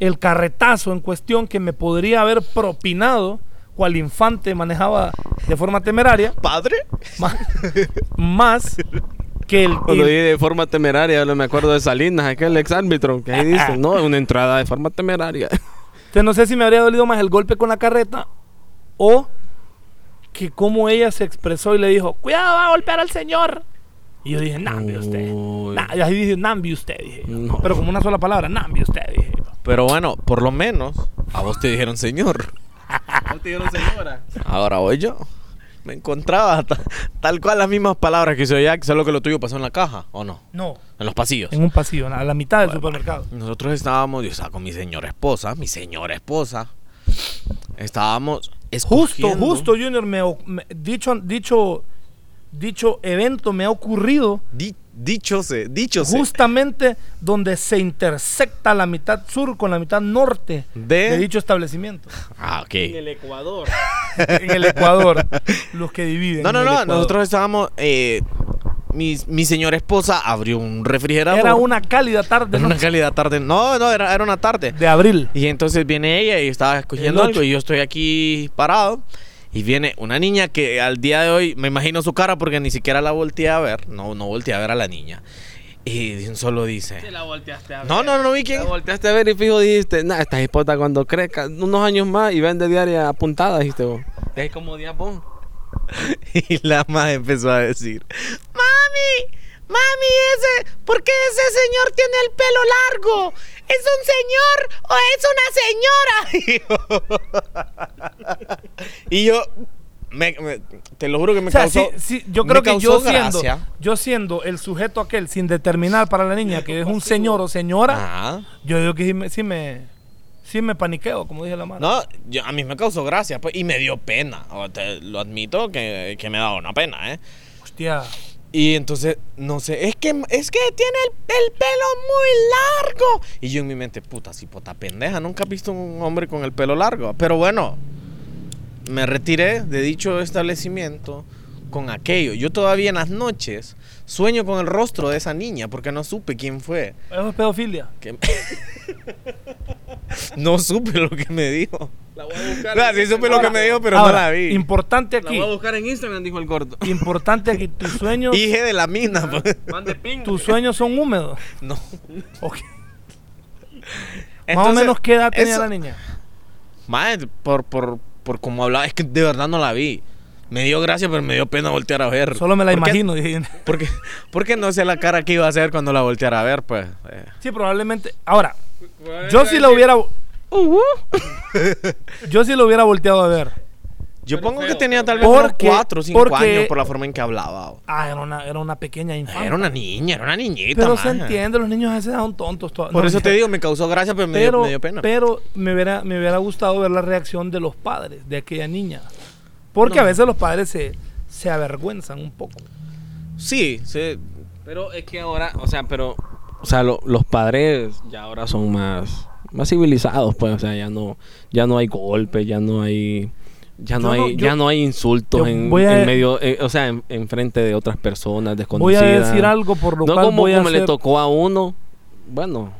Speaker 2: el carretazo en cuestión que me podría haber propinado cual Infante manejaba de forma temeraria,
Speaker 1: ¿Padre?
Speaker 2: más, más que el,
Speaker 3: Cuando
Speaker 2: el-
Speaker 3: dije de forma temeraria, lo- me acuerdo de Salinas, aquel ex árbitro, que ahí dice, no, una entrada de forma temeraria.
Speaker 2: Entonces no sé si me habría dolido más el golpe con la carreta o que como ella se expresó y le dijo, cuidado, va a golpear al señor. Y yo dije, nambi usted.
Speaker 3: Uy.
Speaker 2: Na- y ahí dije, nambi usted, dije. yo.
Speaker 3: No.
Speaker 2: Pero como una sola palabra, nambi usted, dije. yo.
Speaker 1: Pero bueno, por lo menos a vos te dijeron señor. Ahora voy yo. Me encontraba ta- tal cual las mismas palabras que hizo Jack, solo que lo tuyo pasó en la caja, ¿o no?
Speaker 2: No,
Speaker 1: En los pasillos.
Speaker 2: en un pasillo, a la mitad del supermercado.
Speaker 1: Nosotros estábamos, yo estaba con mi señora esposa, mi señora esposa. Estábamos
Speaker 2: Justo,
Speaker 1: escogiendo-
Speaker 2: justo, Junior, me, o- me- dicho, dicho, dicho evento me ha ocurrido
Speaker 1: Di- dicho se, dicho se.
Speaker 2: justamente donde se intersecta la mitad sur con la mitad norte
Speaker 1: De-
Speaker 2: de dicho establecimiento.
Speaker 1: Ah, ok.
Speaker 3: Ecuador.
Speaker 2: en el Ecuador. Los que dividen.
Speaker 1: No, no,
Speaker 2: en el
Speaker 1: no.
Speaker 2: Ecuador.
Speaker 1: Nosotros estábamos. eh, mi, mi señora esposa abrió un refrigerador.
Speaker 2: Era una cálida tarde
Speaker 1: Era
Speaker 2: ¿no?
Speaker 1: una calidad tarde. No, no, era, era una tarde.
Speaker 2: de abril.
Speaker 1: Y entonces viene ella y estaba escogiendo
Speaker 2: El
Speaker 1: algo
Speaker 2: ocho.
Speaker 1: y yo estoy aquí parado. Y viene una niña que al día de hoy me imagino su cara porque ni siquiera la volteé a ver. No, no volteé a ver a la niña. Y de un solo dice.
Speaker 3: la volteaste a
Speaker 1: No, no, no vi quién.
Speaker 3: La volteaste a ver y fijo dijiste, nah, esta hipota cuando crezca unos años más y vende diaria apuntada, dijiste vos. Es como diapón.
Speaker 1: Y la madre empezó a decir, mami, mami, ese, ¿por qué ese señor tiene el pelo largo? ¿Es un señor o es una señora? y yo, me- me- te lo juro que me
Speaker 2: o sea,
Speaker 1: causó,
Speaker 2: sí, sí, yo
Speaker 1: me
Speaker 2: creo que yo
Speaker 1: causó
Speaker 2: siendo,
Speaker 1: gracia.
Speaker 2: yo siendo el sujeto aquel, sin determinar para la niña que es un señor o señora,
Speaker 1: Ajá.
Speaker 2: yo digo que sí me, sí me, sí me paniqueo, como dije la mano.
Speaker 1: No, yo- a mí me causó gracia pues, y me dio pena. o te- lo admito que, que me ha dado una pena, ¿eh?
Speaker 2: Hostia.
Speaker 1: Y entonces, no sé, es que, es que tiene el, el pelo muy largo. Y yo en mi mente, puta, si puta pendeja, nunca he visto un hombre con el pelo largo. Pero bueno, me retiré de dicho establecimiento con aquello. Yo todavía en las noches sueño con el rostro de esa niña porque no supe quién fue.
Speaker 2: Eso es pedofilia.
Speaker 1: Que- no supe lo que me dijo.
Speaker 3: La voy a
Speaker 1: O sea, sí supe lo que me dijo, pero no
Speaker 2: Ahora,
Speaker 1: la vi.
Speaker 2: Importante aquí.
Speaker 3: buscar en Instagram, dijo el gordo.
Speaker 2: Importante aquí. Tus sueños,
Speaker 1: Hije de la mina. pues.
Speaker 3: Mande ping.
Speaker 2: tus sueños son húmedos.
Speaker 1: No.
Speaker 2: Ok. Más o
Speaker 1: Entonces,
Speaker 2: menos qué edad tenía
Speaker 1: eso-
Speaker 2: la niña.
Speaker 1: Madre, por, por, por cómo hablaba, es que de verdad no la vi. Me dio gracia, pero me dio pena voltear a ver.
Speaker 2: Solo me la
Speaker 1: ¿Por qué-
Speaker 2: imagino. dije.
Speaker 1: Porque, porque no sé la cara que iba a hacer cuando la volteara a ver, pues. eh.
Speaker 2: Sí, probablemente. Ahora, yo si la hubiera.
Speaker 1: Uh-huh.
Speaker 2: Yo si lo hubiera volteado a ver.
Speaker 1: Yo
Speaker 3: Pero
Speaker 1: pongo
Speaker 3: feo,
Speaker 1: que tenía
Speaker 3: pero
Speaker 1: tal vez
Speaker 2: feo.
Speaker 1: unos
Speaker 2: Porque-
Speaker 1: 4 o 5
Speaker 2: porque-
Speaker 1: años por la forma en que hablaba. o.
Speaker 2: Ah, era una, era una pequeña infanta.
Speaker 1: Era una niña, era una niñita.
Speaker 2: pero se
Speaker 1: maje.
Speaker 2: entiende, los niños a veces son tontos. toda-
Speaker 1: Por
Speaker 2: no,
Speaker 1: eso
Speaker 2: no,
Speaker 1: te digo, me causó gracia, pero, me, dio,
Speaker 2: Pero,
Speaker 1: me dio pena.
Speaker 2: pero me, hubiera, me hubiera gustado ver la reacción de los padres de aquella niña. Porque a veces los padres se, se avergüenzan un poco.
Speaker 1: sí, sí.
Speaker 3: Pero es que ahora, o sea, pero. O sea, lo- los padres ya ahora son más. Más civilizados, pues. O sea, ya no. Ya no hay golpes, ya no hay. Ya no,
Speaker 2: Yo no-
Speaker 3: hay,
Speaker 2: yo-
Speaker 3: ya no hay
Speaker 2: yo
Speaker 3: insultos en,
Speaker 2: voy a-
Speaker 3: en medio, eh, o sea, en, en frente de otras personas
Speaker 2: Voy
Speaker 3: desconocidas.
Speaker 2: a decir algo por lo
Speaker 3: no
Speaker 2: cual
Speaker 3: como,
Speaker 2: voy a
Speaker 3: como le
Speaker 2: hacer-
Speaker 3: tocó a uno, bueno,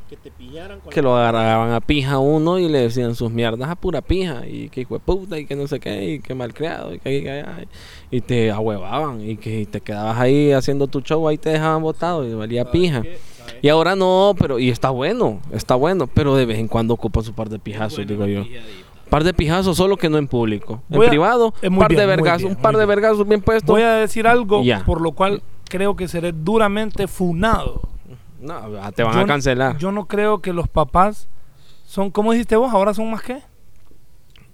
Speaker 3: que lo agarraban a pija a uno y le decían sus mierdas a pura pija y que hijo de puta y que no sé qué y que malcriado y que aquí, que allá y te ahuevaban y que te quedabas ahí haciendo tu show ahí te dejaban botado y valía pija. Y ahora no, pero y está bueno, está bueno, pero de vez en cuando ocupa su par de pijazos, digo yo. Par de pijazos, solo que no en público. En
Speaker 2: Voy a-
Speaker 3: privado,
Speaker 2: es
Speaker 3: un
Speaker 2: muy
Speaker 3: par de
Speaker 2: bien, muy
Speaker 3: vergazos,
Speaker 2: bien,
Speaker 3: un par
Speaker 2: muy
Speaker 3: de
Speaker 2: bien.
Speaker 3: vergazos bien puestos.
Speaker 2: Voy a decir algo
Speaker 3: Ya.
Speaker 2: por lo cual creo que seré duramente funado.
Speaker 3: No, ah, te van
Speaker 2: Yo
Speaker 3: a
Speaker 2: no-
Speaker 3: cancelar.
Speaker 2: Yo no creo que los papás son, ¿cómo dijiste vos? Ahora son más que.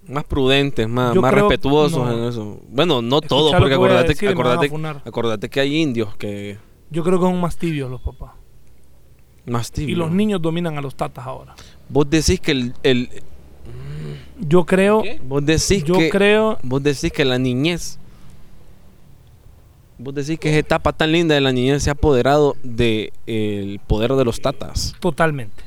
Speaker 3: más prudentes, más,
Speaker 2: Yo
Speaker 3: más
Speaker 2: creo-
Speaker 3: respetuosos
Speaker 2: no.
Speaker 3: en eso. Bueno, no
Speaker 2: Escuchá
Speaker 3: todo,
Speaker 2: lo
Speaker 3: porque
Speaker 2: que voy a
Speaker 3: acordate,
Speaker 2: decir y me van a
Speaker 3: acordate,
Speaker 2: funar.
Speaker 3: acordate que hay indios que
Speaker 2: Yo creo que son más tibios los papás.
Speaker 3: más tibios.
Speaker 2: Y los niños dominan a los tatas ahora.
Speaker 3: Vos decís que el, el-
Speaker 2: Yo creo,
Speaker 3: vos decís
Speaker 2: yo
Speaker 3: que
Speaker 2: creo,
Speaker 3: vos decís que la niñez vos decís que esa etapa tan linda de la niñez se ha apoderado de el poder de los tatas.
Speaker 2: totalmente.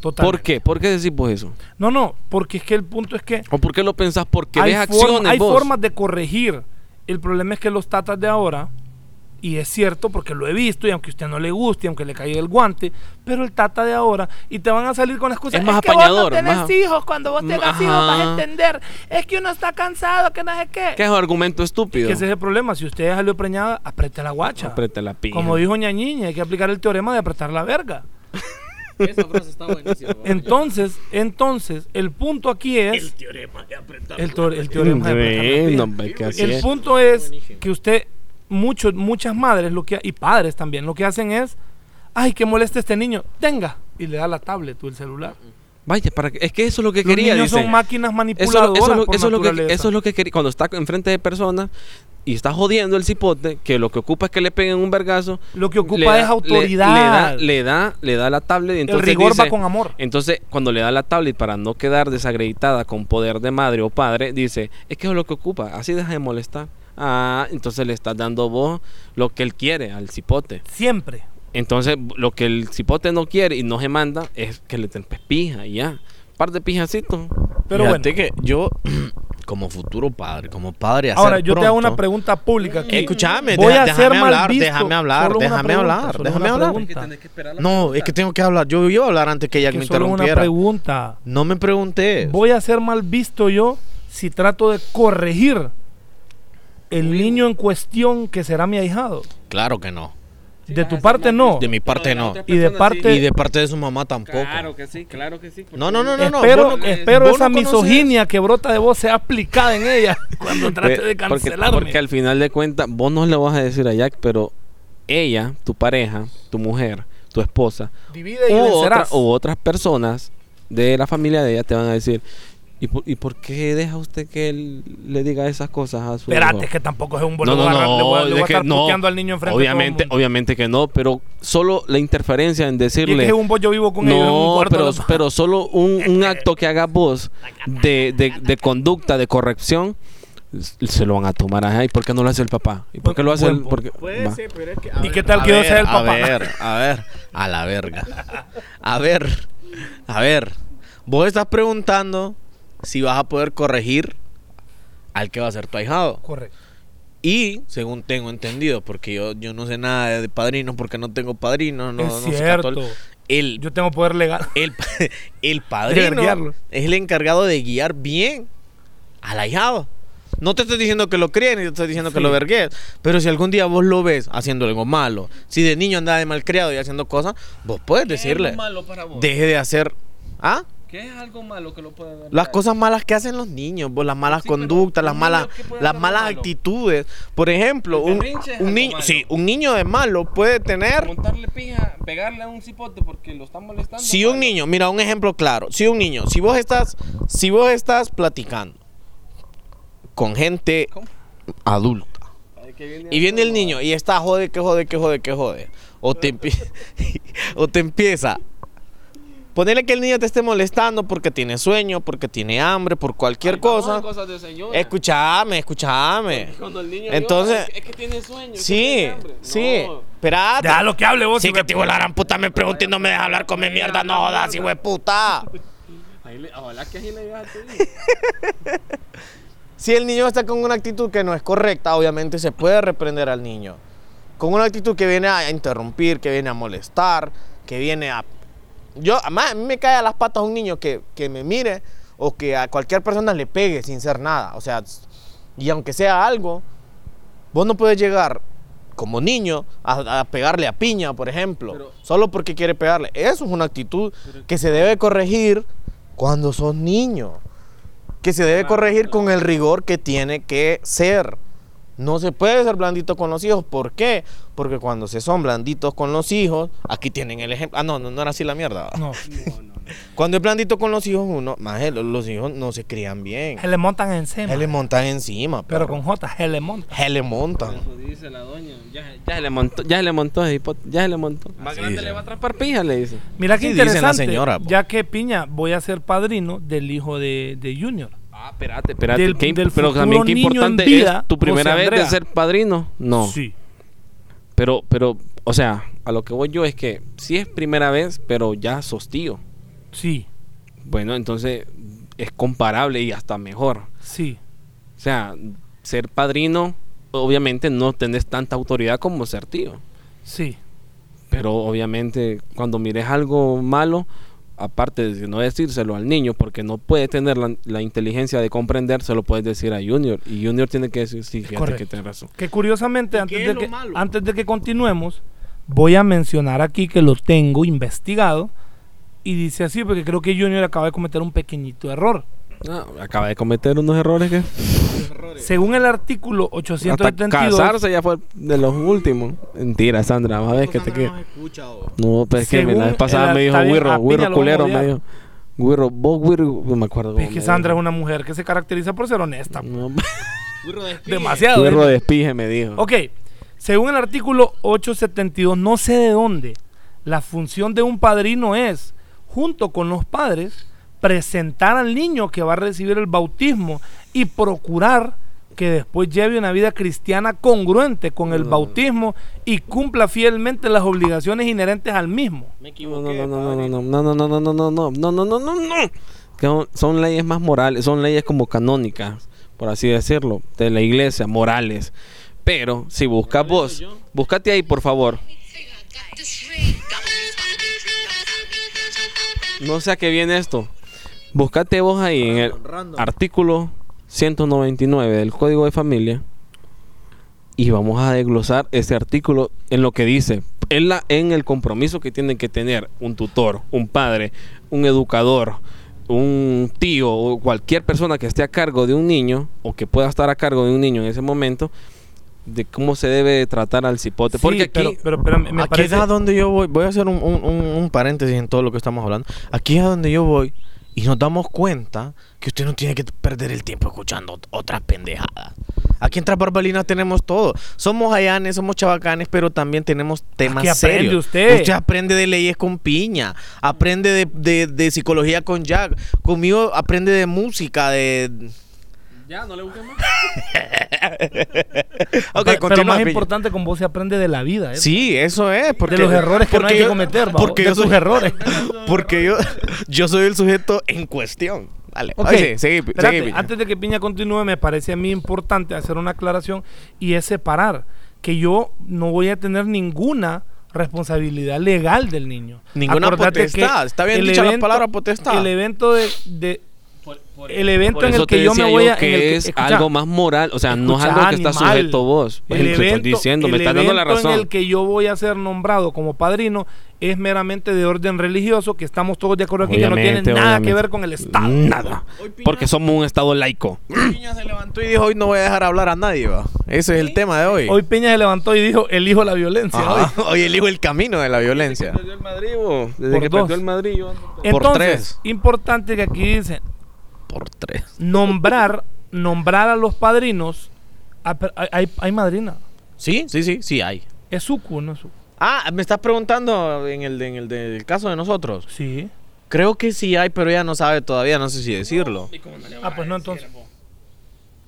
Speaker 2: totalmente.
Speaker 3: ¿Por qué? ¿Por qué decís vos eso?
Speaker 2: No, no, porque es que el punto es que
Speaker 3: ¿O por qué lo pensás? Porque ves
Speaker 2: forma-
Speaker 3: acciones
Speaker 2: hay
Speaker 3: vos.
Speaker 2: formas de corregir. El problema es que los tatas de ahora Y es cierto porque lo he visto y aunque a usted no le guste, aunque le caiga el guante, pero el tata de ahora y te van a salir con la excusa.
Speaker 3: Es más
Speaker 2: que
Speaker 3: apañador,
Speaker 2: vos no tenés
Speaker 3: más-
Speaker 2: hijos, cuando vos tengas
Speaker 3: Ajá.
Speaker 2: hijos vas a entender. Es que uno está cansado, que no sé qué.
Speaker 3: ¿Qué es un argumento estúpido?
Speaker 2: Que ese es el problema. Si usted salió preñada, apriete la guacha.
Speaker 3: Aprieta la pija.
Speaker 2: Como dijo Ñañiña, hay que aplicar el teorema de apretar la verga.
Speaker 1: Esa frase está buenísima.
Speaker 2: Entonces, entonces, el punto aquí es. El teorema de apretar. El, teorema de apretar la
Speaker 3: Bueno,
Speaker 2: pija.
Speaker 3: hombre, que así
Speaker 2: El
Speaker 3: es.
Speaker 2: punto es que usted, muchos, muchas madres lo que, y padres también, lo que hacen es, ay, que moleste este niño, tenga. Y le da la tablet o el celular.
Speaker 3: Vaya, para que- es que eso es lo que
Speaker 2: Los
Speaker 3: quería,
Speaker 2: niños
Speaker 3: dicen.
Speaker 2: son máquinas
Speaker 3: Eso, es lo-
Speaker 2: manipuladoras
Speaker 3: eso es lo-
Speaker 2: por
Speaker 3: eso es lo que,
Speaker 2: naturaleza.
Speaker 3: eso es lo que quería. Cuando está enfrente de personas y está jodiendo el cipote, que lo que ocupa es que le peguen un vergazo.
Speaker 2: Lo que
Speaker 3: le
Speaker 2: ocupa
Speaker 3: da-
Speaker 2: es
Speaker 3: le-
Speaker 2: autoridad.
Speaker 3: Le, da, le da, le da la tablet y
Speaker 2: el
Speaker 3: entonces
Speaker 2: rigor va
Speaker 3: dice-
Speaker 2: con amor.
Speaker 3: Entonces, cuando le da la tablet para no quedar desacreditada con poder de madre o padre, dice, es que eso es lo que ocupa, así deja de molestar. Ah, entonces le estás dando vos lo que él quiere al cipote.
Speaker 2: Siempre.
Speaker 3: Entonces, lo que el cipote no quiere y no se manda es que le tempes pija y ya. par de pijacitos.
Speaker 2: Pero bueno.
Speaker 1: Fíjate que yo, como futuro padre, como padre,
Speaker 2: Ahora, yo te hago una
Speaker 1: pregunta.
Speaker 2: pregunta pública aquí.
Speaker 1: Escúchame,
Speaker 2: Voy
Speaker 1: deja-
Speaker 2: a ser
Speaker 1: déjame
Speaker 2: mal
Speaker 1: hablar,
Speaker 2: visto.
Speaker 1: déjame hablar,
Speaker 2: Solo una
Speaker 1: déjame
Speaker 2: pregunta,
Speaker 1: hablar,
Speaker 2: solo
Speaker 1: déjame
Speaker 2: una
Speaker 1: hablar.
Speaker 2: pregunta.
Speaker 1: No, es que tengo que hablar. Yo iba a hablar antes que ella
Speaker 2: Que
Speaker 1: me
Speaker 2: solo una
Speaker 1: interrumpiera.
Speaker 2: pregunta.
Speaker 1: No me pregunté.
Speaker 2: Voy a ser mal visto yo si trato de corregir el niño en cuestión que será mi ahijado.
Speaker 1: Claro que no.
Speaker 2: de
Speaker 3: ah,
Speaker 2: tu parte no.
Speaker 1: De mi parte no.
Speaker 2: Y de parte
Speaker 1: Y de parte de su mamá tampoco.
Speaker 3: que sí, claro que sí.
Speaker 1: No, no, no, no, no.
Speaker 2: espero
Speaker 1: vos no-
Speaker 2: espero
Speaker 1: vos
Speaker 2: esa
Speaker 1: no conoces-
Speaker 2: misoginia que brota de vos sea aplicada en ella cuando trate de
Speaker 3: porque,
Speaker 2: cancelarme.
Speaker 3: porque al final de cuentas, vos no le vas a decir a Jack, pero ella, tu pareja, tu mujer, tu esposa,
Speaker 2: Divide y
Speaker 3: u, otra-
Speaker 2: vencerás.
Speaker 3: u otras personas de la familia de ella te van a decir, ¿y por, y por qué deja usted que él le diga esas cosas a su
Speaker 2: Espérate,
Speaker 3: hijo?"
Speaker 2: es que tampoco es un
Speaker 3: No,
Speaker 2: boludo.
Speaker 3: no,
Speaker 2: agarrar- le voy a-
Speaker 3: no,
Speaker 2: le voy
Speaker 3: es
Speaker 2: a
Speaker 3: que
Speaker 2: estar
Speaker 3: no.
Speaker 2: puteando al niño enfrente de todo el
Speaker 3: Obviamente,
Speaker 2: mundo.
Speaker 3: obviamente que no, pero solo la interferencia en
Speaker 2: Y es que
Speaker 3: decirle...
Speaker 2: es un bollo vivo con ellos en un
Speaker 3: No,
Speaker 2: cuarto.
Speaker 3: pero,
Speaker 2: los-
Speaker 3: pero solo un, un acto que haga vos de, de- de conducta, de corrección, s- se lo van a tomar. Ajá, ¿y por qué no lo hace el papá? ¿Y por qué lo hace el...?
Speaker 2: Buen-
Speaker 3: Porque, va.
Speaker 1: pero es que.
Speaker 2: ¿Y qué tal que yo sea el papá?
Speaker 1: A ver, a ver, a la verga. A ver, a ver. Vos estás preguntando si vas a poder corregir al que va a ser tu ahijado.
Speaker 2: Correcto.
Speaker 1: Y, según tengo entendido, porque yo, yo no sé nada de padrinos, porque no tengo padrinos, no,
Speaker 2: es
Speaker 1: no soy
Speaker 2: cierto.
Speaker 1: católico. El,
Speaker 2: Yo tengo poder legal.
Speaker 1: el, el
Speaker 2: De verguearlo.
Speaker 1: padrino es el encargado de guiar bien al ahijado. No te estoy diciendo que lo críen, ni te estoy diciendo que
Speaker 2: Sí.
Speaker 1: lo vergues. Pero si algún día vos lo ves haciendo algo malo, si de niño andaba de malcriado y haciendo cosas, vos puedes decirle, deje de hacer... ¿Ah?
Speaker 4: ¿Qué es algo malo que lo pueda ver?
Speaker 1: Las cosas malas que hacen los niños, vos, las malas conductas, las
Speaker 4: un
Speaker 1: malas,
Speaker 4: niño, ¿qué puede
Speaker 1: las
Speaker 4: hacer
Speaker 1: malas
Speaker 4: malo?
Speaker 1: actitudes. Por ejemplo,
Speaker 4: El
Speaker 1: un,
Speaker 4: berrinche es
Speaker 1: un
Speaker 4: algo
Speaker 1: niño,
Speaker 4: malo.
Speaker 1: sí, un niño de malo puede tener
Speaker 4: Montarle pija, pegarle a un cipote porque lo están molestando.
Speaker 1: Si un
Speaker 4: malo.
Speaker 1: niño, mira, un ejemplo claro. Si un niño, si vos estás, si vos estás platicando con gente
Speaker 4: ¿Cómo?
Speaker 1: adulta
Speaker 4: Ay, que viene
Speaker 1: y viene el
Speaker 4: todo,
Speaker 1: niño y está jode, que jode, que jode, que jode, o te, empie- o te empieza. Ponerle que el niño te esté molestando porque tiene sueño, porque tiene hambre, por cualquier
Speaker 4: ay, vamos,
Speaker 1: cosa.
Speaker 4: cosas de señora.
Speaker 1: Escuchame, escuchame.
Speaker 4: Cuando el niño llora,
Speaker 1: Entonces,
Speaker 4: es que tiene sueño. es que
Speaker 1: sí,
Speaker 4: tiene hambre.
Speaker 1: sí.
Speaker 4: No.
Speaker 1: Espérate.
Speaker 2: Ya lo que hable vos.
Speaker 1: Sí,
Speaker 2: hijo de
Speaker 1: que te digo la gran puta, me pregunta y no me deja hablar con mi mierda. No jodas, hijo de puta.
Speaker 4: Ahí le- ojalá que así le digas a tu hijo.
Speaker 1: Si el niño está con una actitud que no es correcta, obviamente se puede reprender al niño. Con una actitud que viene a interrumpir, que viene a molestar, que viene a... Yo, además, a mí me cae a las patas un niño que, que me mire o que a cualquier persona le pegue sin ser nada. O sea, y aunque sea algo, vos no puedes llegar como niño a, a pegarle a piña, por ejemplo,
Speaker 4: Pero-
Speaker 1: solo porque quiere pegarle. Eso es una actitud que se debe corregir cuando sos niño que se debe corregir con el rigor que tiene que ser. No se puede ser blandito con los hijos. ¿Por qué? Porque cuando se son blanditos con los hijos, aquí tienen el ejemplo. Ah, no, no, no era así la mierda.
Speaker 2: puta.
Speaker 1: ¿va?
Speaker 2: No.
Speaker 1: Cuando es blandito con los hijos, uno, más el- los hijos no se crían bien.
Speaker 2: Se le montan encima.
Speaker 1: Se le montan encima.
Speaker 2: Pero
Speaker 1: perro.
Speaker 2: con J, se le montan.
Speaker 1: Se le montan.
Speaker 4: Eso dice la doña. Ya,
Speaker 3: Ya se le montó, ya se le montó, ese hipote, ya se le montó.
Speaker 4: más
Speaker 1: Así
Speaker 4: grande
Speaker 1: dice.
Speaker 4: le va a
Speaker 3: Trampar pija, le dice.
Speaker 2: Mira qué
Speaker 1: Así dicen la
Speaker 2: interesante.
Speaker 1: señora, po.
Speaker 2: ya que Piña, voy a ser padrino del hijo de, de Junior.
Speaker 3: Ah, espérate, espérate.
Speaker 2: Del-
Speaker 3: qué im-
Speaker 2: del
Speaker 3: pero también
Speaker 2: futuro
Speaker 3: qué
Speaker 2: niño en
Speaker 3: importante
Speaker 2: vida,
Speaker 3: es tu
Speaker 2: José
Speaker 3: primera vez de
Speaker 2: Andrea.
Speaker 3: ser padrino. No.
Speaker 2: Sí.
Speaker 3: Pero, pero, o sea, a lo que voy yo es que sí es primera vez, pero ya sos tío.
Speaker 2: Sí.
Speaker 3: Bueno, entonces es comparable y hasta mejor.
Speaker 2: Sí.
Speaker 3: O sea, ser padrino obviamente no tenés tanta autoridad como ser tío.
Speaker 2: Sí.
Speaker 3: Pero obviamente cuando mires algo malo, aparte de no decírselo al niño, porque no puede tener la, la inteligencia de comprender, se lo puedes decir a Junior. Y Junior tiene que decir, sí, fíjate
Speaker 2: Correcto.
Speaker 3: que tienes razón.
Speaker 2: Que curiosamente,
Speaker 1: ¿Y
Speaker 2: antes
Speaker 1: qué es
Speaker 2: de,
Speaker 1: lo
Speaker 2: que,
Speaker 1: malo?
Speaker 2: antes de que continuemos, voy a mencionar aquí que lo tengo investigado. Y dice así, porque creo que Junior acaba de cometer un pequeñito error.
Speaker 3: Ah, acaba de cometer unos errores que...
Speaker 2: Según el artículo
Speaker 3: Hasta
Speaker 2: 872,
Speaker 3: casarse ya fue de los últimos. Mentira, Sandra, vas a ver que te que... No, pero es que
Speaker 2: Según
Speaker 3: la vez pasada
Speaker 2: el-
Speaker 3: me dijo
Speaker 2: está bien, a
Speaker 3: Wirro,
Speaker 2: Piña lo
Speaker 3: Wirro
Speaker 2: vamos
Speaker 3: culero,
Speaker 2: a odiar.
Speaker 3: me dijo. Wirro, vos Wirro, no me acuerdo.
Speaker 2: es que Sandra es una mujer que se caracteriza por ser honesta.
Speaker 1: Mm.
Speaker 3: pues.
Speaker 2: Demasiado.
Speaker 3: Wirro
Speaker 2: ¿eh?
Speaker 3: despije, me dijo.
Speaker 2: Ok, según el artículo 872, no sé de dónde, la función de un padrino es, junto con los padres, presentar al niño que va a recibir el bautismo y procurar que después lleve una vida cristiana congruente con el
Speaker 1: Mm.
Speaker 3: No.
Speaker 2: bautismo y cumpla fielmente las obligaciones inherentes al mismo.
Speaker 3: No,
Speaker 4: Me
Speaker 3: no,
Speaker 4: equivoqué.
Speaker 3: no,
Speaker 4: padre.
Speaker 3: no, no, no, no, no, no, no, no, no, no, no, no, no. Que son- Son leyes más morales, son leyes como canónicas, por así decirlo, de la iglesia, morales. Pero si buscas vos, búscate ahí, por favor. No sé a qué viene esto. Búscate vos ahí en el artículo 199 del Código de Familia y vamos a desglosar ese artículo en lo que dice, en, la, en el compromiso que tienen que tener un tutor, un padre, un educador, un tío o cualquier persona que esté a cargo de un niño o que pueda estar a cargo de un niño en ese momento, de cómo se debe tratar al cipote.
Speaker 2: Sí,
Speaker 3: Porque aquí,
Speaker 2: pero, pero, pero me- me
Speaker 1: Aquí es
Speaker 2: parece-
Speaker 1: a donde yo voy. Voy a hacer un, un- un- un paréntesis en todo lo que estamos hablando. Aquí es a donde yo voy y nos damos cuenta que usted no tiene que perder el tiempo escuchando ot- otras pendejadas. Aquí en Tras Barbalinas tenemos todo. Somos ayanes, somos chavacanes, pero también tenemos temas
Speaker 2: Aquí aprende
Speaker 1: serios.
Speaker 2: usted.
Speaker 1: aprende de leyes con piña, aprende de, de- de psicología con Jack. Conmigo aprende de música, de...
Speaker 4: Ya, no le busques más.
Speaker 1: Ok,
Speaker 2: pero, pero
Speaker 1: continúa,
Speaker 2: más
Speaker 1: Piña.
Speaker 2: importante con vos se aprende de la vida. ¿eh?
Speaker 1: Sí, eso es. Porque,
Speaker 2: de los errores que no hay
Speaker 1: porque
Speaker 2: que
Speaker 1: yo-
Speaker 2: cometer, vamos,
Speaker 1: porque
Speaker 2: de
Speaker 1: yo
Speaker 2: tus
Speaker 1: soy-
Speaker 2: errores.
Speaker 1: Porque yo, yo soy el sujeto en cuestión. Dale.
Speaker 2: Ok,
Speaker 1: Ay, sí, seguí, pi-
Speaker 2: espérate,
Speaker 1: seguí, Piña.
Speaker 2: antes de que Piña continúe, me parece a mí importante hacer una aclaración y es separar que yo no voy a tener ninguna responsabilidad legal del niño.
Speaker 1: Ninguna potestad, está bien
Speaker 2: el
Speaker 1: dicha la palabra potestad.
Speaker 2: El evento de, de-
Speaker 4: Por- por-
Speaker 1: Eh.
Speaker 2: el evento
Speaker 3: por
Speaker 2: en
Speaker 3: eso
Speaker 2: el
Speaker 3: te
Speaker 2: que yo
Speaker 3: decía
Speaker 2: me voy a en el
Speaker 3: que
Speaker 2: que-
Speaker 3: es
Speaker 2: escucha,
Speaker 3: algo más moral, o sea, no es
Speaker 2: Escucha,
Speaker 3: algo que está
Speaker 2: animal.
Speaker 3: sujeto vos.
Speaker 2: El
Speaker 3: Te estoy
Speaker 2: evento,
Speaker 3: diciendo, me
Speaker 2: el
Speaker 3: estás dando la
Speaker 2: evento
Speaker 3: razón.
Speaker 2: en el que yo voy a ser nombrado como padrino es meramente de orden religioso, que estamos todos de acuerdo aquí, que no
Speaker 3: Obviamente,
Speaker 2: tiene nada que
Speaker 3: obviamente.
Speaker 2: ver con el Estado.
Speaker 3: Nada. Porque somos un estado laico.
Speaker 1: Piña se levantó y dijo, hoy no voy a dejar hablar a nadie, va. Ese es el tema de hoy.
Speaker 2: Hoy Peña se levantó y dijo, elijo la violencia. hoy.
Speaker 1: Ajá, hoy elijo el camino de la violencia.
Speaker 3: el Madrid, Desde
Speaker 2: Por que perdió dos. el
Speaker 3: Madrid,
Speaker 1: Por
Speaker 2: Entonces,
Speaker 1: tres.
Speaker 2: importante que aquí dicen,
Speaker 1: Por tres.
Speaker 2: nombrar, nombrar a los padrinos. Ah, pero hay- hay, hay madrina.
Speaker 1: ¿Sí? Sí, sí, sí hay.
Speaker 2: Es sucu, no es sucu.
Speaker 1: Ah, me estás preguntando en el, de- en el del caso de nosotros.
Speaker 2: Sí.
Speaker 1: Creo que sí hay, pero ella no sabe todavía, no sé si decirlo.
Speaker 4: ¿Y cómo no le
Speaker 2: Ah,
Speaker 4: vas a
Speaker 2: pues no,
Speaker 4: decir,
Speaker 2: entonces.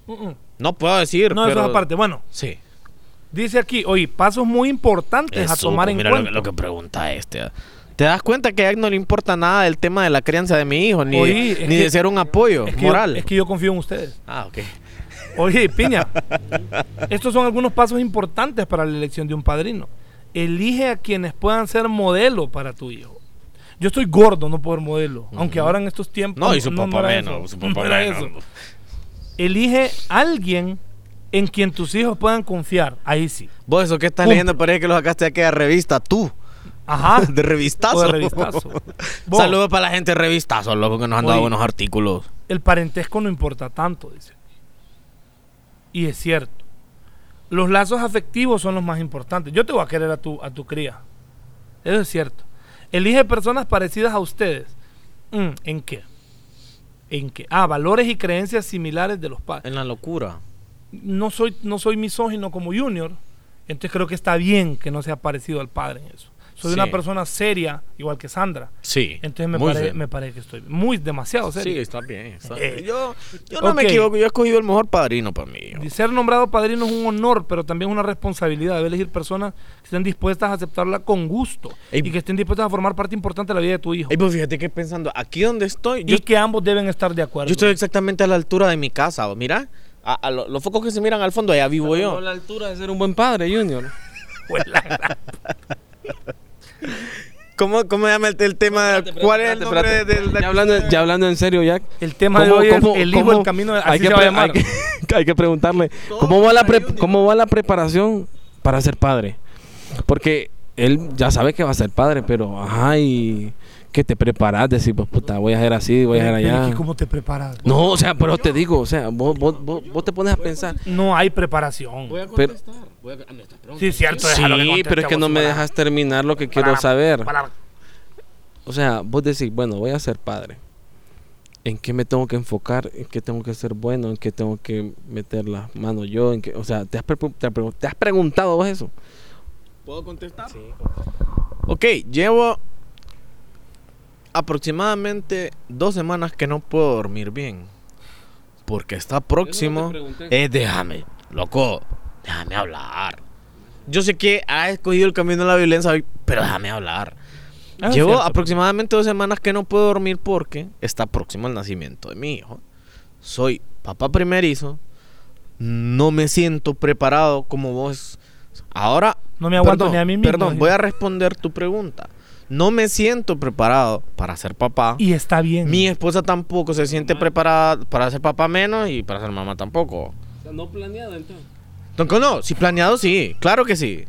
Speaker 4: vos?
Speaker 2: Mm, mm.
Speaker 1: No puedo decir,
Speaker 2: No,
Speaker 1: pero...
Speaker 2: eso es aparte. Bueno,
Speaker 1: Sí.
Speaker 2: dice aquí, oye, pasos muy importantes a
Speaker 1: Eso, pues
Speaker 2: tomar en
Speaker 1: mira
Speaker 2: cuenta.
Speaker 1: Lo, que- lo que pregunta este. ah. ¿Te das cuenta que a él no le importa nada del tema de la crianza de mi hijo, ni,
Speaker 2: Oí, es
Speaker 1: ni
Speaker 2: que-
Speaker 1: de ser un apoyo
Speaker 2: es que yo-
Speaker 1: moral?
Speaker 2: es que yo confío en ustedes.
Speaker 1: Ah, ok.
Speaker 2: Oye, Piña, estos son algunos pasos importantes para la elección de un padrino. Elige a quienes puedan ser modelo para tu hijo. Yo estoy gordo, no puedo ser modelo. Aunque ahora en estos tiempos.
Speaker 1: No, y su papá
Speaker 2: era
Speaker 1: menos,
Speaker 2: eso,
Speaker 1: su
Speaker 2: no
Speaker 1: papá
Speaker 2: era
Speaker 1: menos.
Speaker 2: eso. Elige alguien en quien tus hijos puedan confiar. Ahí sí.
Speaker 1: Vos, eso que estás
Speaker 2: Pum.
Speaker 1: leyendo parece que lo sacaste de aquella revista, tú.
Speaker 2: Ajá.
Speaker 1: De revistazo.
Speaker 2: O de revistazo. Vos.
Speaker 1: Saludos para la gente de revistazo, loco, que nos han dado
Speaker 2: Oye.
Speaker 1: buenos artículos.
Speaker 2: El parentesco no importa tanto, dice. Y es cierto. Los lazos afectivos son los más importantes. Yo te voy a querer a tu, a tu cría. Eso es cierto. Elige personas parecidas a ustedes. Mm, ¿En qué? ¿En qué? Ah, valores y creencias similares de los padres.
Speaker 1: En la locura.
Speaker 2: No soy, no soy misógino como Junior, entonces creo que está bien que no sea parecido al padre en eso.
Speaker 1: Sí.
Speaker 2: Soy una persona seria, igual que Sandra.
Speaker 1: Sí.
Speaker 2: Entonces me,
Speaker 1: Muy
Speaker 2: pare-
Speaker 1: bien.
Speaker 2: me parece que estoy muy demasiado
Speaker 1: Sí,
Speaker 2: serio.
Speaker 1: está bien. está
Speaker 2: Eh.
Speaker 1: bien. Yo, yo no me
Speaker 2: Ok.
Speaker 1: equivoco, yo he escogido el mejor padrino para mí. yo.
Speaker 2: Y Ser nombrado padrino es un honor, pero también es una responsabilidad. Debe elegir personas que estén dispuestas a aceptarla con gusto
Speaker 1: Ey.
Speaker 2: y que estén dispuestas a formar parte importante de la vida de tu hijo.
Speaker 1: Ey, pues fíjate que pensando, aquí donde estoy,
Speaker 2: y que ambos deben estar de acuerdo.
Speaker 1: Yo estoy exactamente a la altura de mi casa, o mira. a- a lo- los focos que se miran al fondo, allá vivo
Speaker 4: No a
Speaker 1: yo.
Speaker 4: la altura de ser un buen padre, Junior.
Speaker 2: Pues,
Speaker 1: ¿Cómo, cómo llama el, el tema?
Speaker 4: Espérate,
Speaker 1: ¿Cuál es el
Speaker 4: espérate,
Speaker 1: nombre
Speaker 4: espérate.
Speaker 1: del...
Speaker 3: Ya hablando, ya hablando en serio, Jack.
Speaker 2: El tema de
Speaker 3: ¿Cómo-
Speaker 2: hoy es
Speaker 3: cómo-
Speaker 2: el hijo,
Speaker 3: cómo-
Speaker 2: el camino, así
Speaker 3: hay que
Speaker 2: se va a
Speaker 3: pre-
Speaker 2: llamar.
Speaker 3: Hay que, hay que preguntarle, ¿cómo va, la pre- ¿cómo va la preparación para ser padre? Porque él ya sabe que va a ser padre, pero, ajá, y que te preparas, decir, pues puta, voy a hacer así, voy a hacer
Speaker 2: Pero es que
Speaker 3: allá.
Speaker 2: ¿Cómo te preparas? No,
Speaker 3: No, o sea, pero te digo, o sea, vos, vos, vos, vos te pones a pensar.
Speaker 2: hay preparación.
Speaker 4: Voy a
Speaker 3: Pero-
Speaker 4: contestar. Voy a... Ah, me estás preguntando.
Speaker 2: Sí, es cierto. déjalo que
Speaker 3: Sí,
Speaker 2: conteste
Speaker 3: pero es que
Speaker 2: vos,
Speaker 3: no me
Speaker 2: para-
Speaker 3: dejas terminar lo que
Speaker 2: para-
Speaker 3: quiero saber.
Speaker 2: para-
Speaker 3: O sea, vos decís, bueno, voy a ser padre. ¿En qué me tengo que enfocar? ¿En qué tengo que ser bueno? ¿En qué tengo que meter las manos yo? ¿En qué? O sea, ¿te has, pre- te has pre- te has preguntado vos eso?
Speaker 4: ¿Puedo contestar?
Speaker 1: Ok, llevo aproximadamente dos semanas que no puedo dormir bien. Porque está
Speaker 4: Yo no
Speaker 1: próximo.
Speaker 4: te pregunté.
Speaker 1: Eh, déjame, loco, déjame hablar. Yo sé que ha escogido el camino de la violencia hoy, pero déjame hablar.
Speaker 2: Ah,
Speaker 1: Llevo
Speaker 2: cierto.
Speaker 1: aproximadamente dos semanas que no puedo dormir porque está próximo el nacimiento de mi hijo. Soy papá primerizo. No me siento preparado como vos. Ahora
Speaker 2: No me aguanto
Speaker 1: Perdón,
Speaker 2: ni a mí mismo.
Speaker 1: Perdón,
Speaker 2: sí.
Speaker 1: voy a responder tu pregunta. No me siento preparado para ser papá.
Speaker 2: Y está bien.
Speaker 1: Mi esposa tampoco se siente preparada para ser papá menos y para ser mamá tampoco.
Speaker 4: O sea, No planeado, entonces.
Speaker 1: Entonces, no, si planeado sí, claro que sí.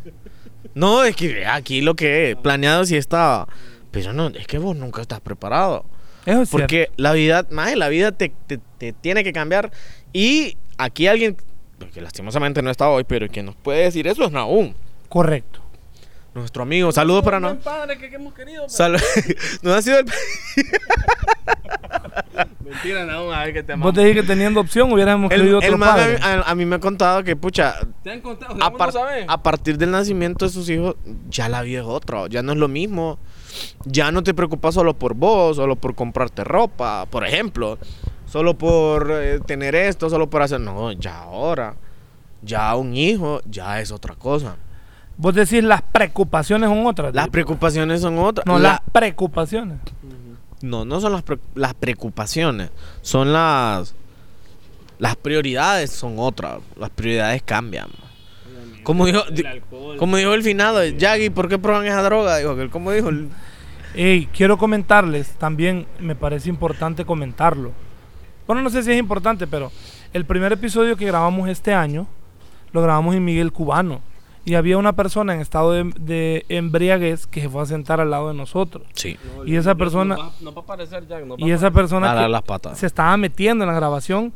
Speaker 1: No, es que aquí lo que es, planeado sí estaba. Pero no, es que vos nunca estás preparado.
Speaker 2: Eso es cierto.
Speaker 1: Porque la vida, mae, la vida te, te- te tiene que cambiar. Y aquí alguien, que lastimosamente no está hoy, pero que nos puede decir eso es Nahum.
Speaker 2: Correcto.
Speaker 1: Nuestro amigo, saludos para
Speaker 4: Un
Speaker 1: Nahum.
Speaker 4: buen padre que, que hemos querido. pero-
Speaker 1: Sal- no ha sido el...
Speaker 4: Mentira, no, a ver qué
Speaker 2: Vos
Speaker 4: te amamos.
Speaker 2: te dije que teniendo opción hubiéramos
Speaker 1: El-
Speaker 2: querido
Speaker 1: el
Speaker 2: otro
Speaker 1: man a
Speaker 2: padre.
Speaker 1: mí- a, a mí me ha contado que, pucha,
Speaker 4: Te han contado,
Speaker 1: a,
Speaker 4: según
Speaker 1: par-
Speaker 4: no sabes.
Speaker 1: a partir del nacimiento de sus hijos, ya la vida es otra, ya no es lo mismo. Ya no te preocupas solo por vos, solo por comprarte ropa, por ejemplo, solo por eh, tener esto, solo por hacer. No, ya ahora, ya un hijo, ya es otra cosa.
Speaker 2: Vos decís las preocupaciones son otras.
Speaker 1: Las
Speaker 2: tipo.
Speaker 1: preocupaciones son otras.
Speaker 2: No,
Speaker 1: La-
Speaker 2: las preocupaciones.
Speaker 1: No, no son las, pre- las preocupaciones, son las las prioridades son otras, las prioridades cambian. Como dijo, di-
Speaker 4: El alcohol.
Speaker 1: como dijo el finado, el Yagi, ¿por qué prueban esa droga? Dijo que como dijo, el-
Speaker 2: Ey, quiero comentarles, también me parece importante comentarlo. Bueno, no sé si es importante, pero el primer episodio que grabamos este año lo grabamos en Miguel Cubano. Y había una persona en estado de, de embriaguez que se fue a sentar al lado de nosotros.
Speaker 1: sí,
Speaker 4: No,
Speaker 2: y esa
Speaker 4: no, no
Speaker 2: persona-
Speaker 4: va- No va a aparecer Jack, no va
Speaker 2: Y
Speaker 4: a
Speaker 2: esa persona
Speaker 1: para
Speaker 2: que
Speaker 1: las patas.
Speaker 2: se estaba metiendo en la grabación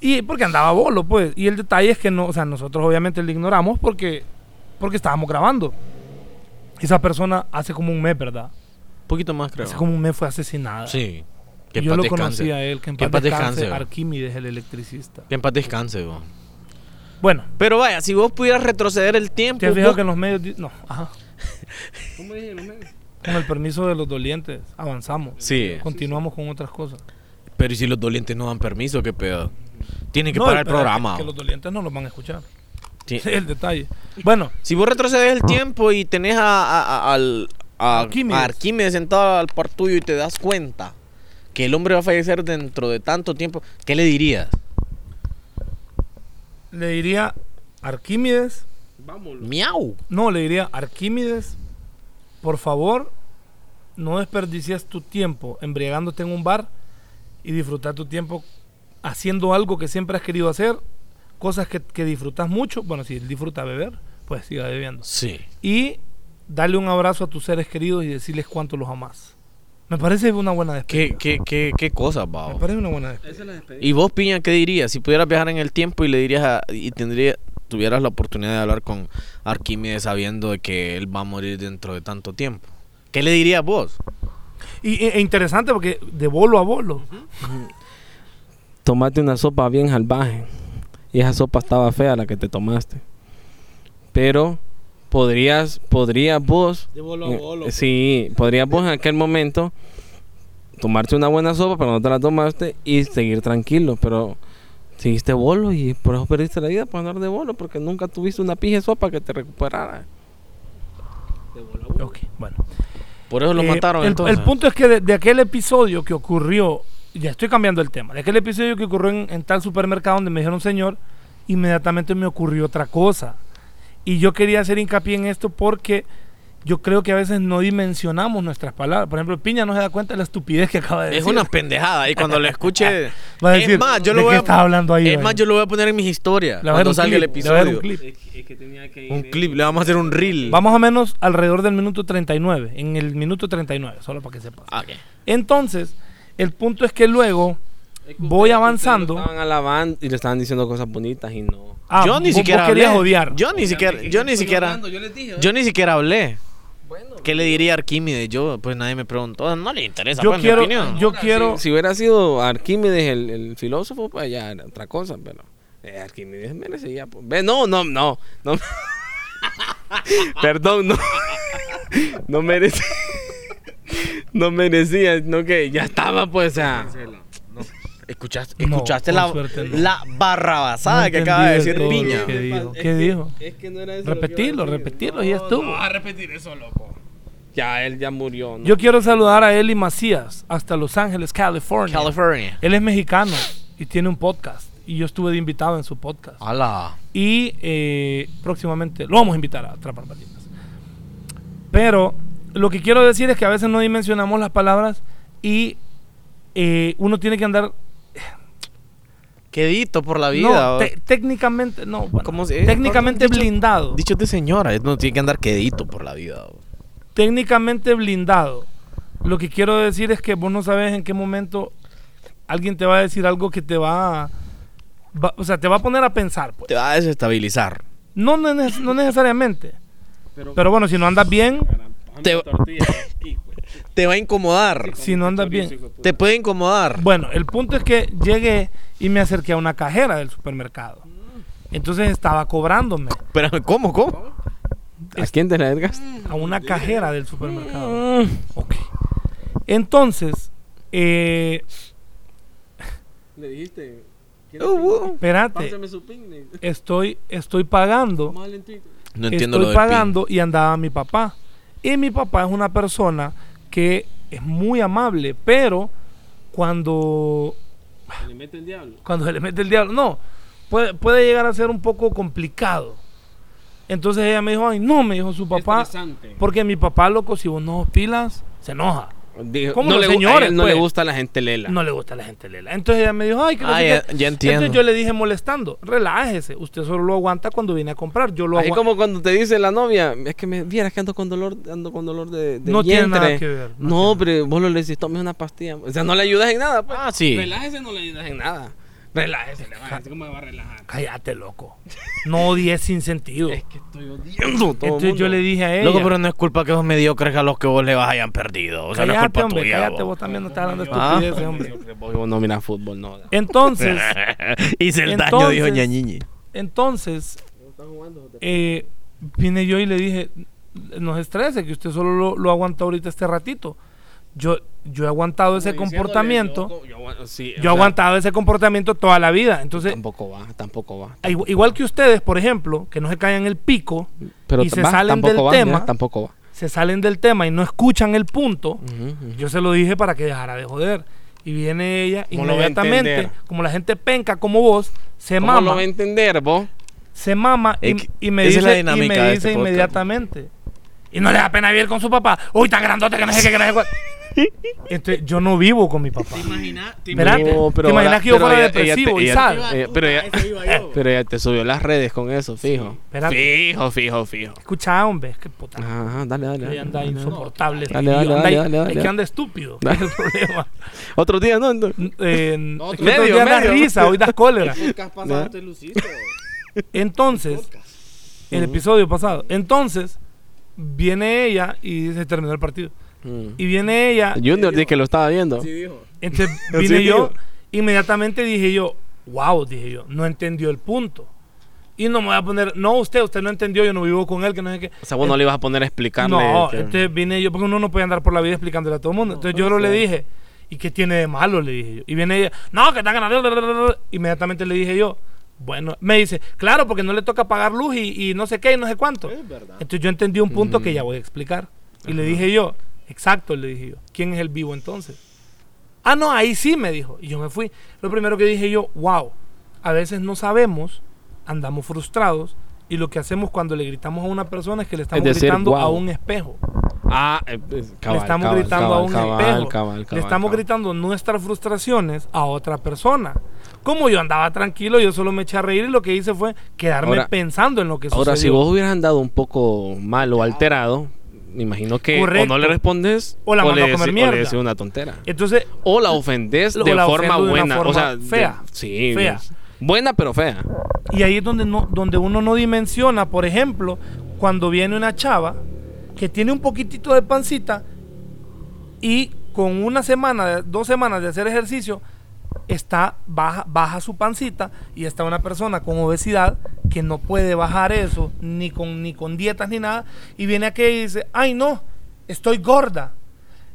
Speaker 2: y porque andaba bolo, pues. Y el detalle es que no, o sea, nosotros obviamente le ignoramos porque porque estábamos grabando. Esa persona hace como un mes, ¿verdad?
Speaker 1: Un poquito más creo.
Speaker 2: Hace como un mes fue asesinada.
Speaker 1: Sí.
Speaker 2: Y
Speaker 1: en
Speaker 2: yo
Speaker 1: paz
Speaker 2: lo
Speaker 1: descanse.
Speaker 2: conocí a él, que en
Speaker 1: Que
Speaker 2: paz,
Speaker 1: en paz
Speaker 2: descanse,
Speaker 1: descanse, va.
Speaker 2: Arquímedes, el electricista.
Speaker 1: Que en paz descanse, vos.
Speaker 2: Bueno,
Speaker 1: Pero vaya, si vos pudieras retroceder el tiempo,
Speaker 2: te has
Speaker 1: vos-
Speaker 2: fijado que en los medios... di- No, ajá.
Speaker 4: aparecer. ¿Cómo dije? No me-
Speaker 2: Con el permiso de los dolientes, avanzamos.
Speaker 1: Sí.
Speaker 2: Continuamos con otras cosas.
Speaker 1: pero ¿y si los dolientes no dan permiso, qué pedo. Tienen que
Speaker 2: No,
Speaker 1: parar el
Speaker 2: pero es que-
Speaker 1: programa.
Speaker 2: Que los dolientes no los van a escuchar.
Speaker 1: Ti-
Speaker 2: Ese es el detalle. Bueno,
Speaker 1: Si vos retrocedes el tiempo y tenés a, a- a- al, a-
Speaker 2: Arquímedes.
Speaker 1: a Arquímedes sentado al par tuyo y te das cuenta que el hombre va a fallecer dentro de tanto tiempo, ¿qué le dirías?
Speaker 2: le diría Arquímedes...
Speaker 4: Vámonos.
Speaker 1: ¡Miau!
Speaker 2: No, le diría Arquímedes, por favor, no desperdicies tu tiempo embriagándote en un bar y disfrutar tu tiempo haciendo algo que siempre has querido hacer, cosas que, que disfrutas mucho. Bueno, si él disfruta beber, pues siga bebiendo.
Speaker 1: Sí.
Speaker 2: Y darle un abrazo a tus seres queridos y decirles cuánto los amas. Me parece una buena
Speaker 1: ¿Qué,
Speaker 2: despedida.
Speaker 1: qué, qué, qué cosas,
Speaker 2: Me
Speaker 1: Bao?
Speaker 2: parece una buena despedida.
Speaker 4: Esa es la despedida.
Speaker 1: ¿Y vos, Piña, qué dirías? Si pudieras viajar en el tiempo y le dirías a- y tendría, tuvieras la oportunidad de hablar con Arquímedes sabiendo de que él va a morir dentro de tanto tiempo. ¿Qué le dirías vos?
Speaker 2: Y, e- e interesante porque de bolo a bolo.
Speaker 3: Tomate una sopa bien salvaje. Y esa sopa estaba fea la que te tomaste. Pero podrías, podrías vos
Speaker 4: De bolo a bolo.
Speaker 3: Eh, Sí, podrías vos en aquel momento tomarte una buena sopa, pero no te la tomaste y seguir tranquilo, pero seguiste bolo y por eso perdiste la vida por andar de bolo, porque nunca tuviste una pija de sopa que te recuperara.
Speaker 4: De bolo a bolo.
Speaker 2: Ok, bueno.
Speaker 1: Por eso lo
Speaker 2: Eh,
Speaker 1: mataron
Speaker 2: el,
Speaker 1: entonces.
Speaker 2: el punto es que de, de aquel episodio que ocurrió ya estoy cambiando el tema. De aquel episodio que ocurrió en, en tal supermercado donde me dijeron señor, inmediatamente me ocurrió otra cosa. Y yo quería hacer hincapié en esto porque yo creo que a veces no dimensionamos nuestras palabras. Por ejemplo, Piña no se da cuenta de la estupidez que acaba de
Speaker 1: Es
Speaker 2: decir.
Speaker 1: una pendejada. Y cuando lo escuche.
Speaker 2: Va a
Speaker 1: es
Speaker 2: decir,
Speaker 1: más, yo
Speaker 2: ¿de
Speaker 1: lo voy
Speaker 2: qué
Speaker 1: a.
Speaker 2: estás hablando ahí,
Speaker 1: es
Speaker 2: Dani?
Speaker 1: más, yo lo voy a poner en mis historias.
Speaker 2: Le voy a dar
Speaker 1: cuando
Speaker 2: un
Speaker 1: salga el
Speaker 2: clip, le voy a dar un
Speaker 1: episodio.
Speaker 2: clip.
Speaker 4: Es, que- es que tenía que ir. eh.
Speaker 1: Un clip, le vamos a hacer un reel.
Speaker 2: Va más o menos alrededor del minuto 39. En el minuto 39, solo para que sepas.
Speaker 1: Ah, ok.
Speaker 2: Entonces, el punto es que luego.
Speaker 4: Es que
Speaker 2: Voy
Speaker 4: ustedes- ustedes lo
Speaker 2: avanzando.
Speaker 3: Estaban alabando y le estaban diciendo cosas bonitas y no.
Speaker 2: ah,
Speaker 1: yo ni
Speaker 2: vos- vos
Speaker 1: siquiera.
Speaker 2: querías
Speaker 1: hablé.
Speaker 2: odiar.
Speaker 1: Yo ni siquiera.
Speaker 4: Obviamente,
Speaker 1: Yo
Speaker 4: es que
Speaker 1: ni
Speaker 4: estoy
Speaker 1: siquiera.
Speaker 4: hablando, Yo les dije.
Speaker 1: Yo ni siquiera hablé.
Speaker 4: Bueno.
Speaker 1: ¿Qué le diría a Arquímedes? Yo, pues nadie me preguntó. No le interesa.
Speaker 2: Yo
Speaker 1: pues, mi
Speaker 2: quiero-
Speaker 1: opinión.
Speaker 2: yo
Speaker 4: Ahora,
Speaker 2: quiero.
Speaker 3: Si hubiera sido Arquímedes el, el filósofo, pues ya era otra cosa, pero eh, Arquímedes merecía. Pues. Ve, No, no, no. no. Perdón, no. no merecía. No merecía, no que ya estaba, pues, o sea.
Speaker 1: Escuchaste,
Speaker 2: No,
Speaker 1: escuchaste
Speaker 2: con
Speaker 1: la,
Speaker 2: suerte no.
Speaker 1: la barrabasada
Speaker 2: No
Speaker 1: que acaba de
Speaker 2: entendí
Speaker 1: decir
Speaker 2: del todo
Speaker 1: Piña.
Speaker 2: lo que dijo?
Speaker 3: Es
Speaker 2: ¿Qué
Speaker 3: que-
Speaker 2: dijo?
Speaker 3: Es que no era eso. lo que iba a
Speaker 2: Repetilo,
Speaker 3: decir.
Speaker 2: repetilo, y ya estuvo.
Speaker 4: No, a repetir eso, loco.
Speaker 3: Ya, él ya murió. ¿no?
Speaker 2: Yo quiero saludar a Eli Macías, hasta Los Ángeles, California.
Speaker 1: California.
Speaker 2: Él es mexicano y tiene un podcast. Y yo estuve de invitado en su podcast.
Speaker 1: Ala.
Speaker 2: Y eh, próximamente lo vamos a invitar a Trapar Ballenas. Pero lo que quiero decir es que a veces no dimensionamos las palabras y eh, uno tiene que andar.
Speaker 1: Quedito por la
Speaker 2: no,
Speaker 1: vida.
Speaker 2: te- técnicamente, no. bueno,
Speaker 1: ¿Cómo se-
Speaker 2: técnicamente
Speaker 1: dicho-
Speaker 2: blindado.
Speaker 1: Dichos de señora, no tiene que andar quedito por la vida.
Speaker 2: técnicamente blindado. Lo que quiero decir es que vos no sabes en qué momento alguien te va a decir algo que te va a... va- o sea, te va a poner a pensar. Pues.
Speaker 1: Te va a desestabilizar.
Speaker 2: No, no, neces- no necesariamente.
Speaker 4: Pero-
Speaker 2: Pero bueno, si no andas bien,
Speaker 1: Te- Te va a incomodar.
Speaker 2: si no andas bien.
Speaker 4: pues.
Speaker 1: Te puede incomodar.
Speaker 2: Bueno, el punto es que llegué y me acerqué a una cajera del supermercado. Entonces estaba cobrándome
Speaker 1: Pero, ¿cómo, cómo?
Speaker 3: ¿A quién te la desgaste?
Speaker 2: a una cajera del supermercado. Ok. Entonces, eh,
Speaker 4: Le dijiste. ¿quieres
Speaker 1: Uh,
Speaker 4: picnic?
Speaker 1: uh.
Speaker 2: espérate,
Speaker 4: Pásame su picnic.
Speaker 2: estoy, estoy pagando.
Speaker 4: Mal en Twitter.
Speaker 1: No entiendo
Speaker 2: estoy
Speaker 1: lo del pin.
Speaker 2: pagando y andaba mi papá. Y mi papá es una persona que es muy amable, pero cuando,
Speaker 4: Se le mete el diablo.
Speaker 2: cuando se le mete el diablo, no, puede, puede llegar a ser un poco complicado. Entonces ella me dijo, ay, no, me dijo su papá,
Speaker 4: Estresante.
Speaker 2: porque mi papá, loco, si vos no pilas, se enoja.
Speaker 3: Dijo,
Speaker 2: ¿Cómo
Speaker 3: no,
Speaker 2: los
Speaker 3: le, gu- a
Speaker 2: señores,
Speaker 3: él no
Speaker 2: pues?
Speaker 3: le gusta la gente lela.
Speaker 2: No le gusta la gente lela. Entonces ella me dijo, ay, que no
Speaker 1: Ah,
Speaker 2: sé
Speaker 1: ya-
Speaker 2: qué".
Speaker 1: ya entiendo.
Speaker 2: Entonces yo le dije molestando, relájese, usted solo lo aguanta cuando viene a comprar, yo lo
Speaker 3: Así
Speaker 2: aguanto.
Speaker 3: como cuando te dice la novia, es que me vieras que ando con dolor, ando con dolor de, de
Speaker 2: No tiene
Speaker 3: vientre".
Speaker 2: nada que ver, no
Speaker 3: No, pero vos lo le decís, tome una pastilla. O sea, no le ayudas en nada, pues.
Speaker 1: Ah, sí.
Speaker 4: Relájese, no le ayudas en nada. Relájese, le va. ¿Cómo me va a relajar?
Speaker 2: Cállate, loco. No odies sin sentido.
Speaker 4: Es que estoy odiando.
Speaker 3: Todo
Speaker 2: Entonces yo
Speaker 3: mundo.
Speaker 2: le dije a ella.
Speaker 1: Loco, pero no es culpa que vos mediocres a los que vos le vas hayan perdido. O sea, no es
Speaker 2: cállate,
Speaker 1: culpa
Speaker 2: hombre,
Speaker 1: tuya.
Speaker 2: cállate,
Speaker 1: vos.
Speaker 2: vos también no estás hablando
Speaker 1: Ah.
Speaker 2: estupideces, hombre.
Speaker 3: Vos- vos no miras fútbol, no.
Speaker 2: Entonces,
Speaker 1: Hice el daño,
Speaker 2: Entonces-
Speaker 1: dijo Ñañiñi.
Speaker 2: entonces, eh, vine yo y le dije, no se estrese, que usted solo lo, lo aguanta ahorita este ratito. Yo, yo he aguantado ese comportamiento. Yo,
Speaker 3: sí,
Speaker 2: he aguantado ese comportamiento toda la vida. Entonces,
Speaker 3: Tampoco va, tampoco va.
Speaker 2: a- igual, que ustedes, por ejemplo, que no se caigan el pico,
Speaker 3: Pero
Speaker 2: y se
Speaker 3: va,
Speaker 2: salen
Speaker 3: tampoco
Speaker 2: del
Speaker 3: va,
Speaker 2: tema.
Speaker 3: mira, tampoco va.
Speaker 2: se salen del tema y no escuchan el punto.
Speaker 3: Ujú, ujú.
Speaker 2: Yo se lo dije para que dejara de joder. Y viene ella
Speaker 3: ¿Cómo lo va a
Speaker 2: inmediatamente,
Speaker 3: entender?
Speaker 2: como la gente penca como vos, se
Speaker 3: ¿Cómo lo va
Speaker 2: mama,
Speaker 3: a entender vos?
Speaker 2: se mama y,
Speaker 1: Es que
Speaker 2: y me
Speaker 1: esa
Speaker 2: dice,
Speaker 1: es la
Speaker 2: y me
Speaker 1: dinámica de
Speaker 2: dice
Speaker 1: este podcast.
Speaker 2: inmediatamente. Y no le da pena vivir con su papá. Uy, tan grandote que no sé qué, que no sé cuál. Entonces, yo no vivo con mi papá.
Speaker 4: Imagina, te
Speaker 2: Espérate,
Speaker 3: No,
Speaker 2: ¿te
Speaker 3: pero
Speaker 2: imaginas
Speaker 3: ahora-
Speaker 2: que yo
Speaker 3: pero
Speaker 2: fuera
Speaker 3: ella- ella
Speaker 2: depresivo
Speaker 3: te-
Speaker 2: y
Speaker 3: ella-
Speaker 2: sal?
Speaker 3: Eh, pero ya-
Speaker 4: Eso Ah, iba yo.
Speaker 3: Pero ya te subió las redes con eso, fijo.
Speaker 2: Espérate.
Speaker 3: Fijo, fijo, fijo.
Speaker 2: Escucha, hombre, es que puta.
Speaker 3: Ajá, dale, dale.
Speaker 2: Ahí
Speaker 3: dale,
Speaker 2: anda
Speaker 3: dale, dale.
Speaker 2: insoportable. este
Speaker 3: Dale,
Speaker 2: tío,
Speaker 3: dale,
Speaker 2: anda
Speaker 3: dale,
Speaker 2: ahí-
Speaker 3: dale,
Speaker 2: Es
Speaker 3: dale.
Speaker 2: que anda estúpido.
Speaker 3: Dale.
Speaker 2: ese es el problema.
Speaker 3: Otro día, ¿no? no.
Speaker 2: Eh,
Speaker 4: No,
Speaker 2: es que
Speaker 4: medio,
Speaker 2: otro día das
Speaker 3: medio.
Speaker 2: risa, hoy das cólera.
Speaker 4: Podcast pasado te luciste.
Speaker 2: Entonces,
Speaker 4: Podcast.
Speaker 2: el episodio pasado. Entonces, viene ella y se terminó el partido.
Speaker 3: Mm.
Speaker 2: Y viene ella,
Speaker 3: Junior dice que lo estaba viendo.
Speaker 4: Así dijo.
Speaker 2: entonces
Speaker 3: Así
Speaker 2: vine yo,
Speaker 3: digo.
Speaker 2: inmediatamente dije yo, wow, dije yo, no entendió el punto. Y no me voy a poner, no usted, usted no entendió, yo no vivo con él, que no sé qué.
Speaker 3: O sea, vos no le ibas a poner a explicarle.
Speaker 2: No, eh,
Speaker 3: que-
Speaker 2: entonces vine yo, porque uno no puede andar por la vida explicándole a todo el mundo. Entonces yo le dije, ¿y qué tiene de malo? Le dije yo. Y viene ella, no, que está ganando. Inmediatamente le dije yo, bueno, me dice, claro, porque no le toca pagar luz y, y no sé qué y no sé cuánto.
Speaker 4: Es verdad.
Speaker 2: Entonces yo entendí un punto que ya voy a explicar. Y le dije yo, exacto, le dije yo, ¿quién es el vivo entonces? Ah, no, ahí sí me dijo. Y yo me fui. Lo primero que dije yo, wow, a veces no sabemos, andamos frustrados y lo que hacemos cuando le gritamos a una persona es que le estamos
Speaker 3: decir,
Speaker 2: gritando a
Speaker 3: "Wow".
Speaker 2: un espejo.
Speaker 3: Ah, eh, pues, cabal,
Speaker 2: le estamos
Speaker 3: cabal,
Speaker 2: gritando
Speaker 3: cabal,
Speaker 2: a un
Speaker 3: cabal,
Speaker 2: espejo.
Speaker 3: cabal,
Speaker 2: le
Speaker 3: cabal,
Speaker 2: estamos
Speaker 3: cabal.
Speaker 2: gritando nuestras frustraciones a otra persona. Como yo andaba tranquilo, yo solo me eché a reír y lo que hice fue quedarme
Speaker 3: Ahora-
Speaker 2: pensando en lo que sucedió.
Speaker 3: Ahora, si vos hubieras andado un poco mal o alterado, me imagino que o
Speaker 2: Correcto.
Speaker 3: no le respondes
Speaker 2: O la
Speaker 3: le
Speaker 2: mandó a comer
Speaker 3: decí- o
Speaker 2: mierda.
Speaker 3: le decís una tontera.
Speaker 2: Entonces,
Speaker 3: O la ofendés
Speaker 2: O
Speaker 3: de
Speaker 2: la
Speaker 3: forma
Speaker 2: ofendo de una
Speaker 3: buena.
Speaker 2: forma
Speaker 3: o sea, de-
Speaker 2: fea.
Speaker 3: sí.
Speaker 2: Fea.
Speaker 3: pues, Buena, pero fea.
Speaker 2: y ahí es donde, no, donde uno no dimensiona, por ejemplo, cuando viene una chava que tiene un poquitito de pancita y con una semana, dos semanas de hacer ejercicio, está baja, baja su pancita y está una persona con obesidad que no puede bajar eso, ni con, ni con dietas ni nada, y viene aquí y dice, ay no, estoy gorda.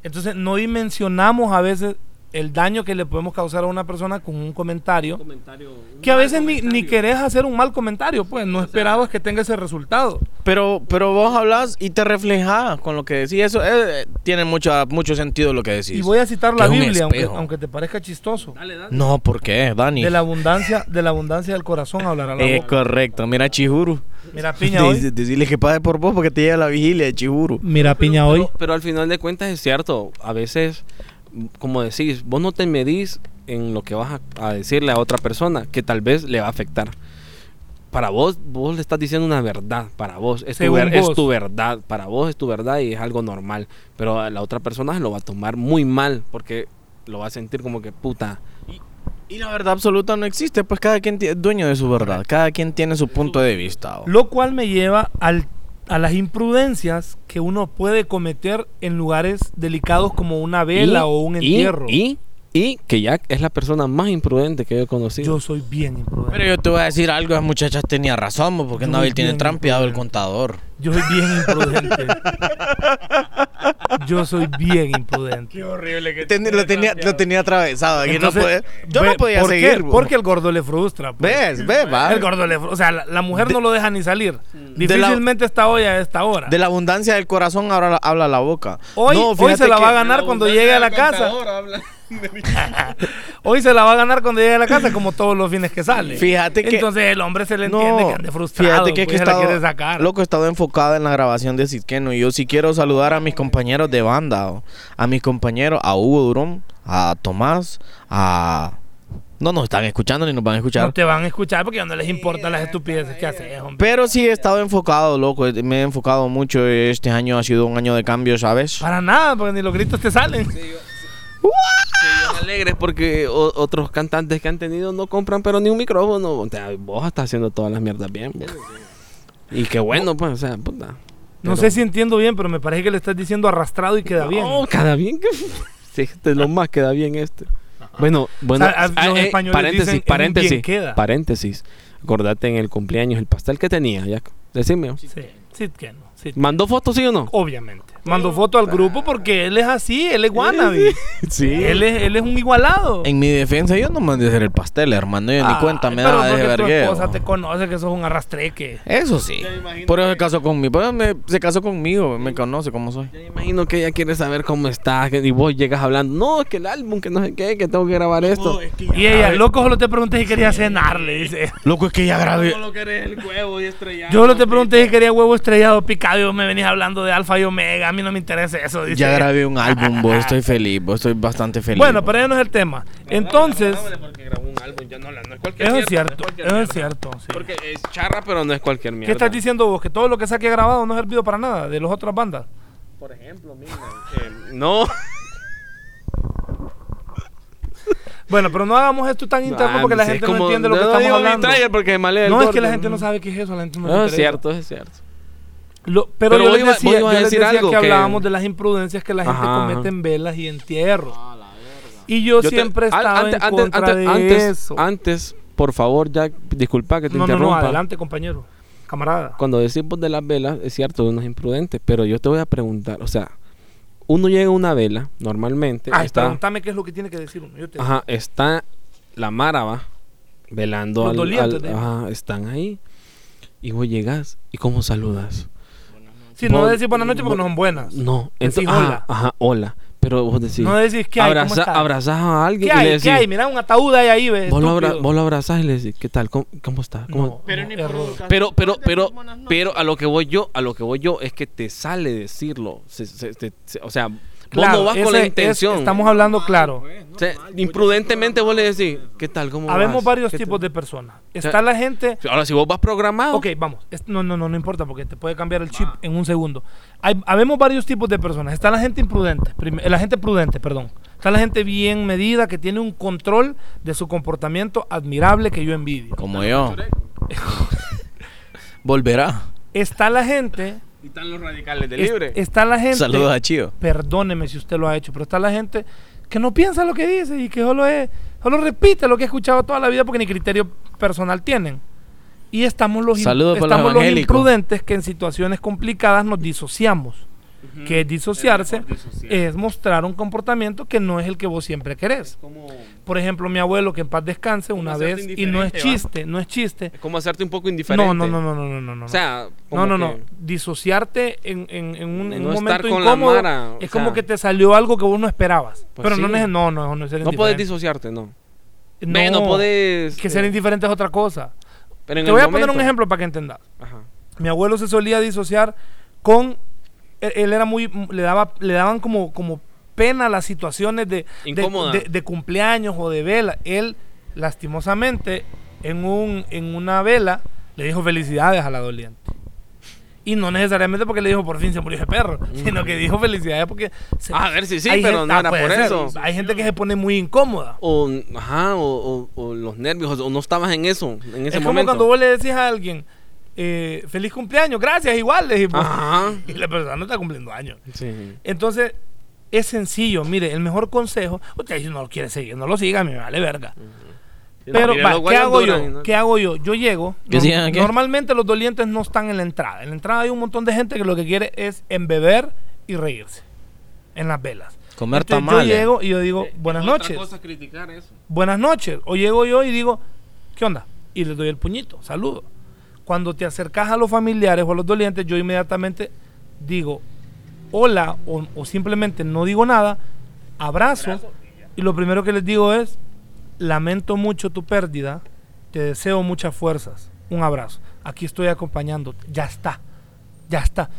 Speaker 2: Entonces no dimensionamos a veces el daño que le podemos causar a una persona con un comentario, que a veces ni, ni querés hacer un mal comentario, pues no esperabas que tenga ese resultado.
Speaker 1: Pero, pero vos hablas y te reflejas con lo que decís. Eso eh, tiene mucho, mucho sentido lo que decís.
Speaker 2: Y voy a citar
Speaker 1: Que
Speaker 2: la
Speaker 1: es un
Speaker 2: Biblia, aunque,
Speaker 1: espejo.
Speaker 2: aunque te parezca chistoso.
Speaker 1: No, ¿por qué, Dani?
Speaker 2: De la abundancia, de la abundancia del corazón hablará la
Speaker 1: Es
Speaker 2: boca.
Speaker 1: correcto. Mira, Chihuru.
Speaker 2: Mira piña hoy.
Speaker 1: Decirle que pague por vos porque te llega la vigilia, Chihuru.
Speaker 2: Mira piña hoy.
Speaker 3: Pero, pero al final de cuentas es cierto. A veces, m- como decís, vos no te medís en lo que vas a, a decirle a otra persona que tal vez le va a afectar. Para vos, vos le estás diciendo una verdad. Para vos es, tu,
Speaker 2: Según
Speaker 3: ver- es
Speaker 2: vos.
Speaker 3: tu verdad. Para vos es tu verdad y es algo normal. Pero a la otra persona lo va a tomar muy mal porque lo va a sentir como que puta.
Speaker 1: Y la verdad absoluta no existe, pues cada quien ti- es dueño de su verdad. Cada quien tiene su punto de vista. ¿o?
Speaker 2: Lo cual me lleva al- a las imprudencias que uno puede cometer en lugares delicados como una vela
Speaker 3: Y-
Speaker 2: o un
Speaker 3: y-
Speaker 2: entierro.
Speaker 3: Y, y que Jack es la persona más imprudente que yo he conocido.
Speaker 2: Yo soy bien imprudente.
Speaker 1: Pero yo te voy a decir algo, las muchachas tenía razón, mo, porque
Speaker 2: Yo
Speaker 1: Nabil
Speaker 2: bien,
Speaker 1: tiene trampeado el
Speaker 2: bueno.
Speaker 1: contador.
Speaker 2: Yo soy bien imprudente. Yo soy bien imprudente.
Speaker 1: Horrible que lo, tenía, lo tenía atravesado. aquí no
Speaker 2: Entonces,
Speaker 1: podía- yo
Speaker 2: ve,
Speaker 1: no podía
Speaker 2: ¿por qué?
Speaker 1: seguir. bo.
Speaker 2: Porque el gordo le frustra. pues.
Speaker 1: ¿Ves? ¿Ves? va.
Speaker 2: El gordo le frustra. O sea, la, la mujer no lo deja ni salir.
Speaker 1: la-
Speaker 2: Difícilmente está hoy a esta hora.
Speaker 1: De la abundancia del corazón ahora la- habla la boca.
Speaker 2: Hoy,
Speaker 1: No,
Speaker 2: hoy
Speaker 1: fíjate
Speaker 2: se la
Speaker 1: que-
Speaker 2: va a ganar cuando llegue a la casa. Hoy se la va a ganar cuando llegue a la casa, como todos los fines que sale.
Speaker 1: Fíjate que-
Speaker 2: Entonces el hombre se le entiende que ande frustrado.
Speaker 1: Fíjate que, es que
Speaker 2: pues,
Speaker 1: he
Speaker 2: se la
Speaker 1: estado,
Speaker 2: quiere sacar.
Speaker 1: Loco, he estado enfocada en la grabación de Sitqueno. Y yo sí quiero saludar a mis compañeros de banda. o, a mis compañeros, a Hugo Durón, a Tomás, a... No nos están escuchando ni nos van a escuchar.
Speaker 2: No te van a escuchar porque no les importan las estupideces que haces, hombre.
Speaker 1: Pero sí he estado enfocado, loco. eh, Me he enfocado mucho. Este año ha sido un año de cambio, ¿sabes?
Speaker 2: Para nada, porque ni los gritos te salen.
Speaker 3: alegres porque o- otros cantantes que han tenido no compran pero ni un micrófono. O sea, vos estás haciendo todas las mierdas bien. vos. Y qué bueno, pues, o sea, puta.
Speaker 2: No sé si entiendo bien, pero me parece que le estás diciendo arrastrado y queda bien.
Speaker 3: No, cada bien que... Sí, este es lo más queda bien este. Bueno, bueno, ah, eh,
Speaker 2: O sea, a- los españoles
Speaker 3: paréntesis,
Speaker 2: dicen, "Es un
Speaker 3: paréntesis,
Speaker 2: bien queda".
Speaker 3: paréntesis. Acordate en el cumpleaños el pastel que tenía, ya. Decime.
Speaker 2: Sí, sí que no. sí.
Speaker 3: ¿Mandó fotos, sí o no?
Speaker 2: Obviamente. Mandó foto al grupo porque él es así, él es wannabe.
Speaker 3: Sí.
Speaker 2: Él es, él es un igualado.
Speaker 1: En mi defensa, yo no mandé hacer el pastel, hermano. Yo ni
Speaker 2: Ay,
Speaker 1: cuenta me
Speaker 2: Ah, pero
Speaker 1: daba de
Speaker 2: porque
Speaker 1: ese
Speaker 2: tu
Speaker 1: vergueo.
Speaker 2: esposa te conoce que sos un arrastreque.
Speaker 1: Eso sí. Por eso se casó conmigo. Por eso me- se casó conmigo. Me conoce cómo soy.
Speaker 3: Me imagino que ella quiere saber cómo estás que- y vos llegas hablando, no, es que el álbum, que no sé qué, que tengo que grabar esto.
Speaker 2: Y ella, loco, solo te pregunté si quería cenar, le dice.
Speaker 1: Loco, es que ya grabé.
Speaker 4: Solo querés el huevo y estrellado.
Speaker 2: Yo solo te pregunté si quería huevo estrellado picado y vos me venís hablando de alfa y omega. A mí no me interesa eso, dice.
Speaker 1: Ya grabé un álbum, vos. Estoy feliz, vos. Estoy bastante feliz.
Speaker 2: Bueno,
Speaker 1: bo.
Speaker 2: pero ese no es el tema. Entonces,
Speaker 3: Porque grabó un álbum, ya no la- no es cualquier
Speaker 2: eso es
Speaker 3: mierda,
Speaker 2: cierto,
Speaker 3: no es cualquier
Speaker 2: eso es
Speaker 3: mierda.
Speaker 2: cierto. sí.
Speaker 3: Porque es charra, pero no es cualquier mierda.
Speaker 2: ¿Qué estás diciendo vos? Que todo lo que saque grabado no ha servido para nada de las otras bandas.
Speaker 3: Por ejemplo, mira, eh, no.
Speaker 2: Bueno, pero no hagamos esto tan interno porque la
Speaker 3: Ah, Es
Speaker 2: gente
Speaker 3: como-
Speaker 2: no entiende lo que
Speaker 3: no
Speaker 2: estamos
Speaker 3: digo mi
Speaker 2: hablando.
Speaker 3: trailer porque me alegra
Speaker 2: No,
Speaker 3: el
Speaker 2: es que la
Speaker 3: gordo.
Speaker 2: gente no sabe qué es eso, la gente no le
Speaker 3: No, es
Speaker 2: interesa.
Speaker 3: cierto, es cierto.
Speaker 2: Lo- pero,
Speaker 3: Pero
Speaker 2: yo
Speaker 3: vos
Speaker 2: les
Speaker 3: ibas-
Speaker 2: decía,
Speaker 3: vos ibas a
Speaker 2: yo les
Speaker 3: decir
Speaker 2: decía
Speaker 3: algo
Speaker 2: que,
Speaker 3: que-
Speaker 2: hablábamos de las imprudencias que la gente
Speaker 3: Ajá,
Speaker 2: comete
Speaker 3: ajá.
Speaker 2: en velas y entierros. Y yo,
Speaker 3: Yo te-
Speaker 2: siempre
Speaker 3: al-
Speaker 2: estaba
Speaker 3: ante-
Speaker 2: en
Speaker 3: antes,
Speaker 2: contra
Speaker 3: antes-
Speaker 2: de
Speaker 3: antes-
Speaker 2: eso.
Speaker 3: antes, por favor, Jack, disculpa que te
Speaker 2: no, no, no,
Speaker 3: interrumpa.
Speaker 2: adelante, compañero. Camarada.
Speaker 3: Cuando decimos de las velas, es cierto, uno es imprudente, pero yo te voy a preguntar, o sea, uno llega a una vela, normalmente,
Speaker 2: Ay,
Speaker 3: está,
Speaker 2: pregúntame qué Ah, es lo que tiene que decir uno. Yo te
Speaker 3: ajá, está la maraba velando
Speaker 2: Los
Speaker 3: al,
Speaker 2: dolientes,
Speaker 3: al-
Speaker 2: de-
Speaker 3: ajá, están ahí, y vos llegas, ¿y cómo saludas?
Speaker 2: Si no
Speaker 3: Vos-
Speaker 2: decir buenas noches porque no son buenas.
Speaker 3: No,
Speaker 2: Decís
Speaker 3: entonces, ajá,
Speaker 2: hola.
Speaker 3: ajá, hola. Pero vos decís.
Speaker 2: No decís que hay. ¿Cómo
Speaker 3: abraza-
Speaker 2: está?
Speaker 3: abrazás a alguien
Speaker 2: ¿Qué
Speaker 3: y le
Speaker 2: hay?
Speaker 3: decís.
Speaker 2: ¿Qué hay? Mirá, un ataúd hay ahí, ve.
Speaker 3: Vos lo, abra-
Speaker 2: estúpido.
Speaker 3: vos lo abrazás y le decís, ¿qué tal? ¿Cómo, cómo está? ¿Cómo-
Speaker 2: No, no,
Speaker 1: por
Speaker 2: error.
Speaker 1: educación
Speaker 3: Pero, pero,
Speaker 1: no
Speaker 3: pero,
Speaker 1: decís buenas noches.
Speaker 3: pero a lo que voy yo, a lo que voy yo es que te sale decirlo. Se- se- se- se- o sea, vos
Speaker 2: Claro,
Speaker 3: no vas
Speaker 2: ese
Speaker 3: con la
Speaker 2: es-
Speaker 3: intención.
Speaker 2: estamos hablando claro.
Speaker 3: O sea, imprudentemente vos le decís, ¿qué tal? ¿Cómo
Speaker 2: Habemos
Speaker 3: vas?
Speaker 2: varios
Speaker 3: ¿Qué
Speaker 2: tipos
Speaker 3: tal?"
Speaker 2: de personas. Está la gente.
Speaker 3: Ahora, si vos vas programado,
Speaker 2: Ok, vamos. Es- No, no, no, no importa porque te puede cambiar el chip en un segundo. Hay, habemos varios tipos de personas. Está la gente imprudente, prim- eh, la gente prudente, perdón. Está la gente bien medida que tiene un control de su comportamiento admirable que yo envidio.
Speaker 1: Como yo. Volverá.
Speaker 2: Está la gente,
Speaker 4: Y están los radicales de
Speaker 2: es- está la gente.
Speaker 1: Saludos a Chío.
Speaker 2: Perdóneme si usted lo ha hecho, pero está la gente que no piensa lo que dice y que solo es, solo repite lo que ha escuchado toda la vida porque ni criterio personal tienen. Y estamos los, im-
Speaker 1: Saludos para los
Speaker 2: estamos los
Speaker 1: evangélicos.
Speaker 2: imprudentes que en situaciones complicadas nos disociamos. Que disociarse es mostrar un comportamiento que no es el que vos siempre querés.
Speaker 4: como
Speaker 2: Por ejemplo, mi abuelo que en paz descanse
Speaker 4: Como
Speaker 2: una
Speaker 4: hacerte
Speaker 2: vez y no es
Speaker 4: indiferente, ¿va?
Speaker 2: chiste, no es chiste.
Speaker 3: es como hacerte un poco indiferente.
Speaker 2: No, no, no, no, no, no, no, no.
Speaker 3: O sea, como
Speaker 2: No, no, no.
Speaker 3: que-
Speaker 2: Disociarte en, en- en un, en
Speaker 3: No
Speaker 2: un
Speaker 3: estar
Speaker 2: momento
Speaker 3: con la
Speaker 2: incómodo
Speaker 3: mara, o
Speaker 2: es
Speaker 3: sea.
Speaker 2: como que te salió algo que vos no esperabas.
Speaker 3: Pues
Speaker 2: Pero no,
Speaker 3: sí.
Speaker 2: no es- no, no, no es ser
Speaker 3: No podés
Speaker 2: indiferente.
Speaker 3: disociarte, no.
Speaker 2: No,
Speaker 3: No, no podés.
Speaker 2: que ser
Speaker 3: eh,
Speaker 2: indiferente es otra cosa.
Speaker 3: pero en
Speaker 2: Te
Speaker 3: el
Speaker 2: voy a poner
Speaker 3: momento.
Speaker 2: un ejemplo para que entendas.
Speaker 3: Ajá.
Speaker 2: Mi abuelo se solía disociar con él, él era muy le daba le daban como como pena las situaciones de de-
Speaker 3: Incómoda.
Speaker 2: de- de cumpleaños o de vela. Él lastimosamente en un en una vela le dijo felicidades a la doliente. Y no necesariamente porque le dijo por fin se murió ese perro, sino que dijo felicidades porque se-
Speaker 3: Mm. A ver si sí,
Speaker 2: hay
Speaker 3: pero
Speaker 2: gente-
Speaker 3: no
Speaker 2: ah,
Speaker 3: era
Speaker 2: puede
Speaker 3: por
Speaker 2: ser.
Speaker 3: eso.
Speaker 2: Hay gente que se pone muy incómoda.
Speaker 3: O, ajá, o, o- o los nervios, o no estabas en eso, en ese
Speaker 2: es como
Speaker 3: momento.
Speaker 2: cuando vos le decís a alguien eh, feliz cumpleaños, gracias igual, le dije, pues.
Speaker 3: Ajá.
Speaker 2: y la persona no está cumpliendo años.
Speaker 3: Sí.
Speaker 2: Entonces, es sencillo. Mire, el mejor consejo. Usted si no lo quiere seguir, no lo siga, me vale verga. Pero,
Speaker 3: Mira,
Speaker 2: va,
Speaker 3: los
Speaker 2: ¿qué
Speaker 3: guayos
Speaker 2: hago
Speaker 3: duran,
Speaker 2: yo?
Speaker 3: ¿no?
Speaker 2: ¿Qué hago yo? Yo llego.
Speaker 1: ¿Que
Speaker 2: norm-
Speaker 1: sigan qué?
Speaker 2: Normalmente los dolientes no están en la entrada. En la entrada hay un montón de gente que lo que quiere es embeber y reírse. En las velas.
Speaker 1: Comer
Speaker 2: Entonces,
Speaker 1: tamales.
Speaker 2: Yo llego y yo digo,
Speaker 3: Eh,
Speaker 2: buenas noches.
Speaker 4: Otra cosa criticar eso.
Speaker 2: Buenas noches. O llego yo y digo, ¿qué onda? Y les doy el puñito, saludo. Cuando te acercas a los familiares o a los dolientes, yo inmediatamente digo, hola, o, o simplemente no digo nada, abrazo, y lo primero que les digo es, lamento mucho tu pérdida, te deseo muchas fuerzas, un abrazo, aquí estoy acompañándote, ya está, ya está.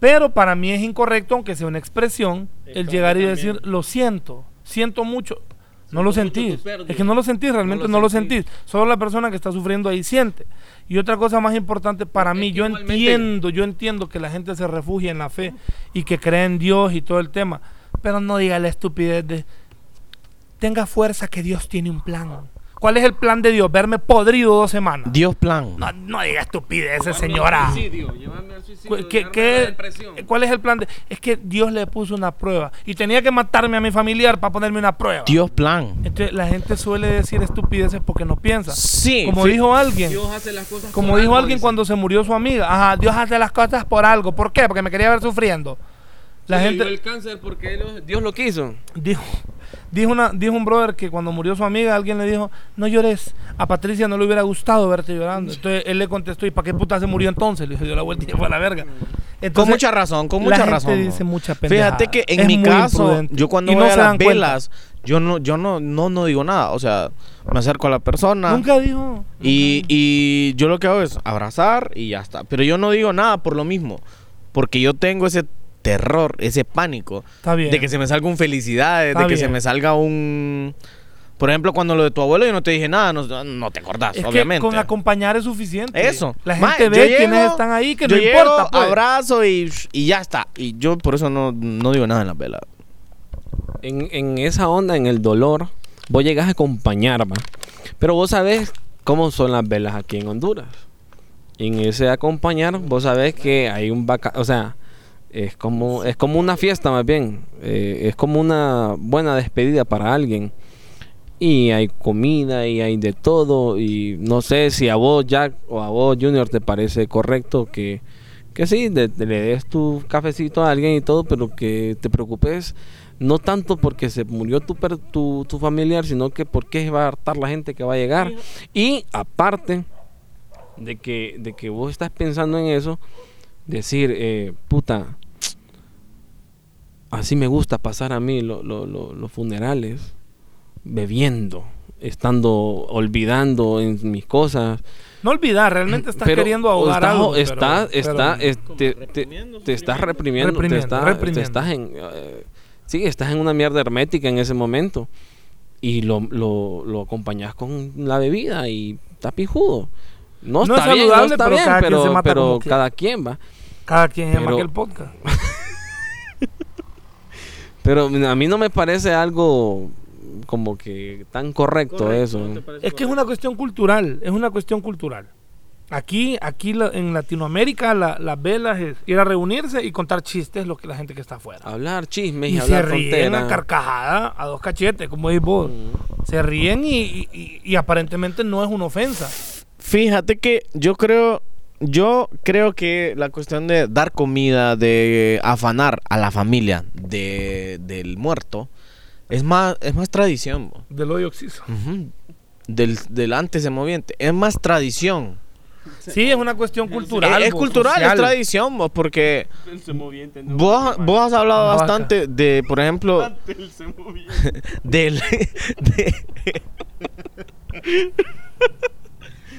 Speaker 2: Pero para mí es incorrecto, aunque sea una expresión, el
Speaker 4: Entonces,
Speaker 2: llegar y
Speaker 4: también.
Speaker 2: decir, lo siento, siento mucho. No lo
Speaker 4: Siento mucho
Speaker 2: sentís.
Speaker 4: tu pérdida.
Speaker 2: Es que no lo sentís, realmente no
Speaker 3: lo
Speaker 2: lo,
Speaker 3: sentís.
Speaker 2: sentís. Solo la persona que está sufriendo ahí siente. Y otra cosa más importante para
Speaker 3: Porque
Speaker 2: mí,
Speaker 3: es que
Speaker 2: yo
Speaker 3: igualmente-
Speaker 2: entiendo, yo entiendo que la gente se refugia en la fe y que cree en Dios y todo el tema. Pero no diga la estupidez de, tenga fuerza que Dios tiene un plan. ¿Cuál es el plan de Dios? Verme podrido dos semanas.
Speaker 1: Dios plan.
Speaker 2: No, no diga estupideces,
Speaker 4: Llevarme al
Speaker 2: señora.
Speaker 4: Suicidio, llevarme al suicidio.
Speaker 2: ¿Cu- qué-
Speaker 4: llevarme
Speaker 2: qué-
Speaker 4: a la depresión.
Speaker 2: ¿Cuál es el plan? De, es que Dios le puso una prueba y tenía que matarme a mi familiar para ponerme una prueba.
Speaker 1: Dios plan.
Speaker 2: Entonces la gente suele decir estupideces porque no piensa.
Speaker 1: Sí.
Speaker 2: Como
Speaker 1: sí.
Speaker 2: dijo alguien,
Speaker 4: Dios hace las cosas
Speaker 2: como
Speaker 4: por
Speaker 2: dijo
Speaker 4: algo,
Speaker 2: alguien
Speaker 4: dice.
Speaker 2: cuando se murió su amiga, ajá, Dios hace las cosas por algo. ¿Por qué? Porque me quería ver sufriendo. La
Speaker 4: Sí, le
Speaker 2: gente
Speaker 4: dio el cáncer porque él- Dios
Speaker 3: Dios lo quiso.
Speaker 2: dijo, dijo, una, dijo un brother que cuando murió su amiga, alguien le dijo, no llores, a Patricia no le hubiera gustado verte llorando. Entonces él le contestó, ¿y para qué puta se murió entonces? Le dio la vuelta y se fue a la verga.
Speaker 1: con
Speaker 2: Entonces,
Speaker 1: mucha razón, con
Speaker 2: la
Speaker 1: mucha
Speaker 2: gente
Speaker 1: razón.
Speaker 2: dice mucha pendejada.
Speaker 1: Fíjate que en
Speaker 2: Es
Speaker 1: mi
Speaker 2: muy
Speaker 1: caso,
Speaker 2: imprudente.
Speaker 1: yo cuando
Speaker 2: Y
Speaker 1: voy
Speaker 2: no
Speaker 1: a
Speaker 2: se
Speaker 1: las
Speaker 2: dan cuenta.
Speaker 1: velas, yo no, yo no, no, no digo nada. O sea, me acerco a la persona.
Speaker 2: Nunca dijo.
Speaker 1: Y, y yo lo que hago es abrazar y ya está. Pero yo no digo nada por lo mismo. Porque yo tengo ese terror, ese pánico.
Speaker 2: Está bien.
Speaker 1: De que se me salga un felicidades,
Speaker 2: Está
Speaker 1: de que
Speaker 2: bien.
Speaker 1: se me salga un... Por ejemplo, cuando lo de tu abuelo yo no te dije nada, no, no te acordás,
Speaker 2: Es
Speaker 1: obviamente.
Speaker 2: que con acompañar es suficiente.
Speaker 1: Eso.
Speaker 2: La
Speaker 1: Ma,
Speaker 2: gente
Speaker 1: yo
Speaker 2: ve
Speaker 1: llego,
Speaker 2: quiénes están ahí, que
Speaker 1: yo
Speaker 2: no
Speaker 1: llego,
Speaker 2: importa. pues.
Speaker 1: abrazo y, y ya está. Y yo por eso no, no digo nada en las velas.
Speaker 3: En, en esa onda, en el dolor, vos llegás a acompañar, va. Pero vos sabés cómo son las velas aquí en Honduras. Y en ese acompañar, vos sabés que hay un vaca... O sea, es como, es como una fiesta más bien. Eh, es como una buena despedida para alguien. Y hay comida y hay de todo. Y no sé si a vos, Jack, o a vos, Junior, te parece correcto que, que sí, de- de- le des tu cafecito a alguien y todo, pero que te preocupes no tanto porque se murió tu, per- tu, tu familiar, sino que porque va a hartar la gente que va a llegar. Y aparte de que, de que vos estás pensando en eso, decir, eh, puta, así me gusta pasar a mí lo- lo- lo- los funerales, bebiendo, estando olvidando en mis cosas.
Speaker 2: No olvidar, realmente estás
Speaker 3: Pero-
Speaker 2: queriendo
Speaker 3: o
Speaker 2: ahogar
Speaker 3: estás,
Speaker 2: algo.
Speaker 3: Está,
Speaker 2: pero-
Speaker 3: está,
Speaker 2: pero-
Speaker 3: es- te, te- te estás reprimiendo,
Speaker 2: Reprimiendo,
Speaker 3: te, estás,
Speaker 2: reprimiendo.
Speaker 3: te estás en... eh, sí, estás en una mierda hermética en ese momento. Y lo, lo, lo acompañas con la bebida y está pijudo. No,
Speaker 2: No
Speaker 3: está
Speaker 2: es
Speaker 3: bien, no
Speaker 2: saludable,
Speaker 3: está
Speaker 2: pero
Speaker 3: bien,
Speaker 2: cada quien
Speaker 3: pero,
Speaker 2: se mata
Speaker 3: pero
Speaker 2: como quiere.
Speaker 3: cada quien va.
Speaker 2: Cada quien llama
Speaker 3: pero-
Speaker 2: aquel podcast.
Speaker 3: Pero a mí no me parece algo como que tan correcto, eso.
Speaker 2: Es que es una cuestión cultural, es una cuestión cultural. Aquí, aquí la- en Latinoamérica la- las velas es ir a reunirse y contar chistes lo que la gente que está
Speaker 1: Ah,
Speaker 2: afuera.
Speaker 3: Hablar chismes y,
Speaker 2: Y se
Speaker 3: hablar
Speaker 2: ríen a
Speaker 3: tonteras.
Speaker 2: carcajada a dos cachetes, como dices vos.
Speaker 1: Mm.
Speaker 2: Se ríen y, y- y- y aparentemente no es una ofensa.
Speaker 1: Fíjate que yo creo, yo creo que la cuestión de dar comida, de afanar a la familia de, del muerto, es más, es más tradición. bo.
Speaker 2: Del hoyo oxiso.
Speaker 1: Ujú. Del, del antes de moviente. Es más tradición.
Speaker 2: Sí, es una cuestión cultural.
Speaker 1: es, Eh, es
Speaker 2: bo,
Speaker 1: cultural,
Speaker 2: social.
Speaker 1: es tradición, bo, porque
Speaker 4: Él se movía, entendí.
Speaker 1: vos, vos has hablado
Speaker 2: Vaca.
Speaker 1: bastante de, por ejemplo,
Speaker 4: Él se movía.
Speaker 1: del... de-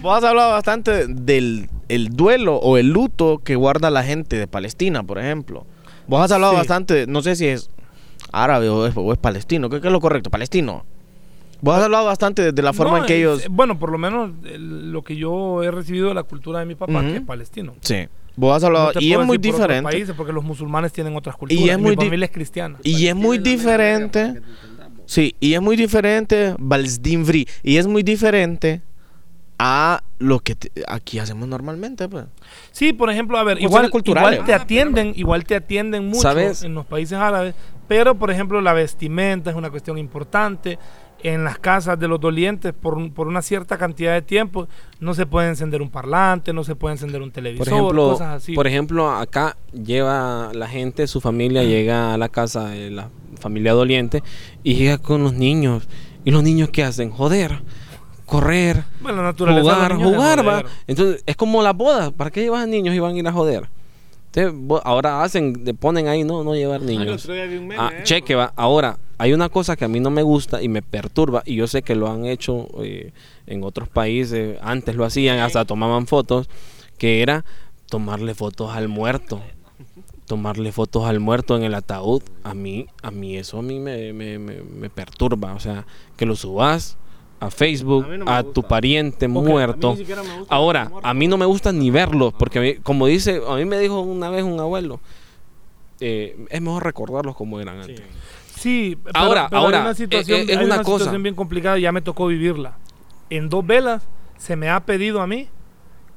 Speaker 1: Vos has hablado bastante del el duelo o el luto que guarda la gente de Palestina, por ejemplo. Vos has hablado
Speaker 2: Sí.
Speaker 1: bastante, no sé si es árabe o es, o es palestino, ¿qué, qué es lo correcto? Palestino. Vos has hablado bastante de, de la forma
Speaker 2: No,
Speaker 1: en que
Speaker 2: es- eh,
Speaker 1: ellos...
Speaker 2: Bueno, por lo menos eh, lo que yo he recibido de la cultura de mi papá, que
Speaker 1: Ujú.
Speaker 2: es palestino.
Speaker 1: Sí. Vos has
Speaker 2: No
Speaker 1: hablado...
Speaker 2: te
Speaker 1: y
Speaker 2: puedo
Speaker 1: es muy
Speaker 2: decir por otros
Speaker 1: diferente.
Speaker 2: países porque los musulmanes tienen otras culturas.
Speaker 1: es muy
Speaker 2: mi
Speaker 1: di-
Speaker 2: familia es cristiana.
Speaker 1: Y es muy diferente. Sí, y es muy diferente Valsdinvri. Y es muy diferente a lo que te- aquí hacemos normalmente, pues.
Speaker 2: Sí, por ejemplo, a ver,
Speaker 1: Cuestiones
Speaker 2: igual,
Speaker 1: culturales.
Speaker 2: igual te atienden, igual te atienden mucho
Speaker 3: ¿Sabes?
Speaker 2: en los países árabes, pero por ejemplo la vestimenta es una cuestión importante. En las casas de los dolientes, por, un- por una cierta cantidad de tiempo, no se puede encender un parlante, no se puede encender un televisor,
Speaker 3: Por ejemplo,
Speaker 2: cosas así.
Speaker 3: por ejemplo, acá lleva la gente, su familia llega a la casa de la familia doliente y llega con los niños. ¿Y los niños qué hacen? Joder, correr,
Speaker 2: Bueno, la naturaleza de los
Speaker 3: jugar,
Speaker 2: niños es
Speaker 3: jugar, va.
Speaker 2: joder.
Speaker 3: Entonces, es como las bodas. ¿Para qué llevas niños y van a ir a joder? Entonces, bo- ahora hacen, le ponen ahí, no, no llevar
Speaker 4: Ah, El
Speaker 3: niños.
Speaker 4: otro día vi un meme.
Speaker 3: Ah,
Speaker 4: eh,
Speaker 3: cheque, va. Ahora, hay una cosa que a mí no me gusta y me perturba, y yo sé que lo han hecho eh, en otros países, antes lo hacían, hasta tomaban fotos, que era tomarle fotos al muerto. Tomarle fotos al muerto en el ataúd. A mí, a mí eso a mí me, me- me- me perturba. O sea, que lo subas a Facebook,
Speaker 4: A mí no me
Speaker 3: a,
Speaker 4: gusta.
Speaker 3: tu pariente
Speaker 4: A
Speaker 3: muerto.
Speaker 4: mí ni siquiera me gusta
Speaker 3: Ahora,
Speaker 4: los muertos.
Speaker 3: a mí no me gusta ni verlos, porque a mí- como dice, a mí me dijo una vez un abuelo, eh, es mejor recordarlos como eran antes.
Speaker 2: Sí, pero-
Speaker 3: Ahora,
Speaker 2: pero hay
Speaker 3: ahora,
Speaker 2: una
Speaker 3: eh,
Speaker 2: situación,
Speaker 3: eh, es
Speaker 2: hay
Speaker 3: una
Speaker 2: una
Speaker 3: cosa.
Speaker 2: situación bien complicada, ya me tocó vivirla. En dos velas se me ha pedido a mí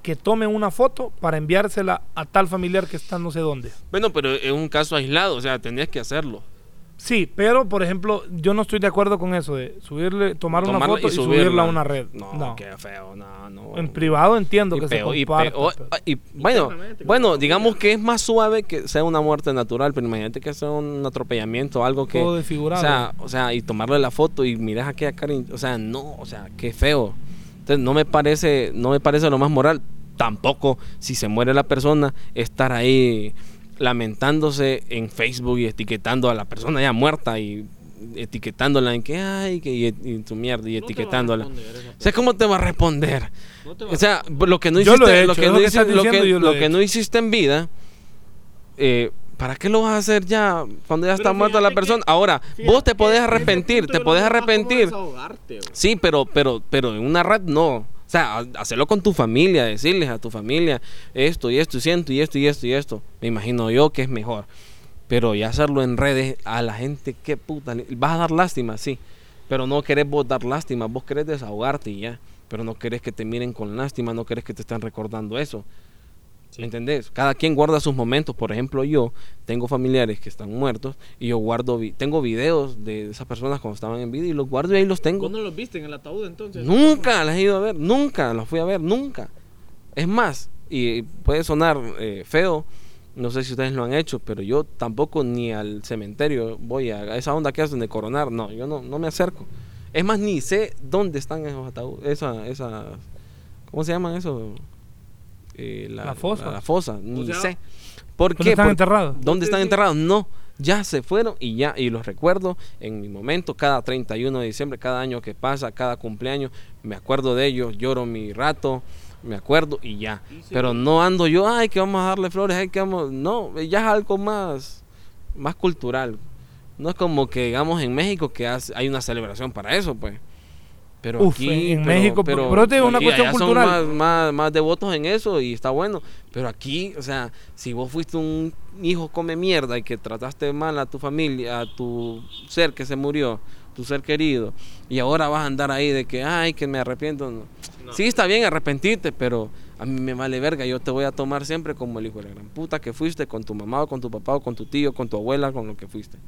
Speaker 2: que tome una foto para enviársela a tal familiar que está no sé dónde.
Speaker 3: Bueno, pero es un caso aislado, o sea, tenías que hacerlo.
Speaker 2: Sí, pero por ejemplo, yo no estoy de acuerdo con eso de subirle, tomar una
Speaker 3: Tomarlo
Speaker 2: foto y, subirla. a una red.
Speaker 3: No,
Speaker 2: No,
Speaker 3: qué feo, no, no.
Speaker 2: en privado entiendo
Speaker 3: Y
Speaker 2: que
Speaker 3: peo-
Speaker 2: se
Speaker 3: y
Speaker 2: comparte.
Speaker 3: peo-
Speaker 2: pero-
Speaker 3: y- bueno, bueno, digamos que es más suave que sea una muerte natural, pero imagínate que sea un atropellamiento, algo que...
Speaker 2: Todo
Speaker 3: o
Speaker 2: desfigurado.
Speaker 3: sea, o sea, y tomarle la foto y miras aquella cara, y- o sea, no, o sea, qué feo. Entonces no me parece, no me parece lo más moral. Tampoco, si se muere la persona, estar ahí lamentándose en Facebook y etiquetando a la persona ya muerta y etiquetándola en que ay que y, y tu mierda y etiquetándola. O sea, ¿cómo te va a responder? o sea, lo que no
Speaker 2: Yo
Speaker 3: hiciste,
Speaker 2: lo
Speaker 3: lo,
Speaker 2: he hecho,
Speaker 3: que
Speaker 2: es
Speaker 3: no
Speaker 2: lo que
Speaker 3: hici-
Speaker 2: estás
Speaker 3: lo que-
Speaker 2: diciendo, yo lo
Speaker 3: lo
Speaker 2: he
Speaker 3: que
Speaker 2: hecho.
Speaker 3: no hiciste en vida, eh, ¿para qué lo vas a hacer ya cuando ya está
Speaker 4: Pero
Speaker 3: muerta la
Speaker 4: fíjate que-
Speaker 3: persona? Ahora, vos te podés arrepentir, te podés arrepentir. Sí, pero, pero, pero en una red no. O sea, ha- hacerlo con tu familia, decirles a tu familia esto y esto y siento y esto y esto y esto. Me imagino yo que es mejor. Pero ya hacerlo en redes a la gente, qué puta. le- Vas a dar lástima, sí. Pero no querés vos dar lástima, vos querés desahogarte y ya. Pero no querés que te miren con lástima, no querés que te estén recordando eso. ¿Entendés? Cada quien guarda sus momentos. Por ejemplo, yo tengo familiares que están muertos y yo guardo, vi- tengo videos de esas personas cuando estaban en vida y los guardo y ahí los tengo.
Speaker 4: ¿Vos no los viste en el ataúd entonces?
Speaker 3: Nunca las he ido a ver, nunca las fui a ver, nunca. Es más, y puede sonar eh, feo, no sé si ustedes lo han hecho, pero yo tampoco ni al cementerio voy a, a esa onda que hacen de coronar, no, yo no, no me acerco. Es más, ni sé dónde están esos ataúdes, esa, esa, ¿cómo se llaman eso? eh, la,
Speaker 2: La fosa.
Speaker 3: La, la fosa, ni
Speaker 4: sea,
Speaker 3: sé. ¿Por
Speaker 2: ¿Dónde
Speaker 3: qué?
Speaker 2: están
Speaker 3: Por-
Speaker 2: enterrados?
Speaker 3: ¿Dónde están
Speaker 4: Sí.
Speaker 3: enterrados? No, ya se fueron y ya, y los recuerdo en mi momento, cada 31 de diciembre, cada año que pasa, cada cumpleaños, me acuerdo de ellos, lloro mi rato, me acuerdo y ya.
Speaker 4: Y se-
Speaker 3: Pero no ando yo, ay, que vamos a darle flores, ay, que vamos. No, ya es algo más, más cultural. No es como que, digamos, en México que hace- hay una celebración para eso, pues. Pero
Speaker 2: Uf,
Speaker 3: aquí,
Speaker 2: en
Speaker 3: pero-
Speaker 2: México, pero te digo, una
Speaker 3: aquí
Speaker 2: cuestión
Speaker 3: allá son
Speaker 2: cultural.
Speaker 3: más- más, más devotos en eso y está bueno. Pero aquí, o sea, si vos fuiste un hijo come mierda y que trataste mal a tu familia, a tu ser que se murió, tu ser querido, y ahora vas a andar ahí de que, ay, que me arrepiento. No. Sí, está bien arrepentirte, pero a mí me vale verga. Yo te voy a tomar siempre como el hijo de la gran puta que fuiste con tu mamá o con tu papá o con tu tío, con tu abuela, con lo que fuiste.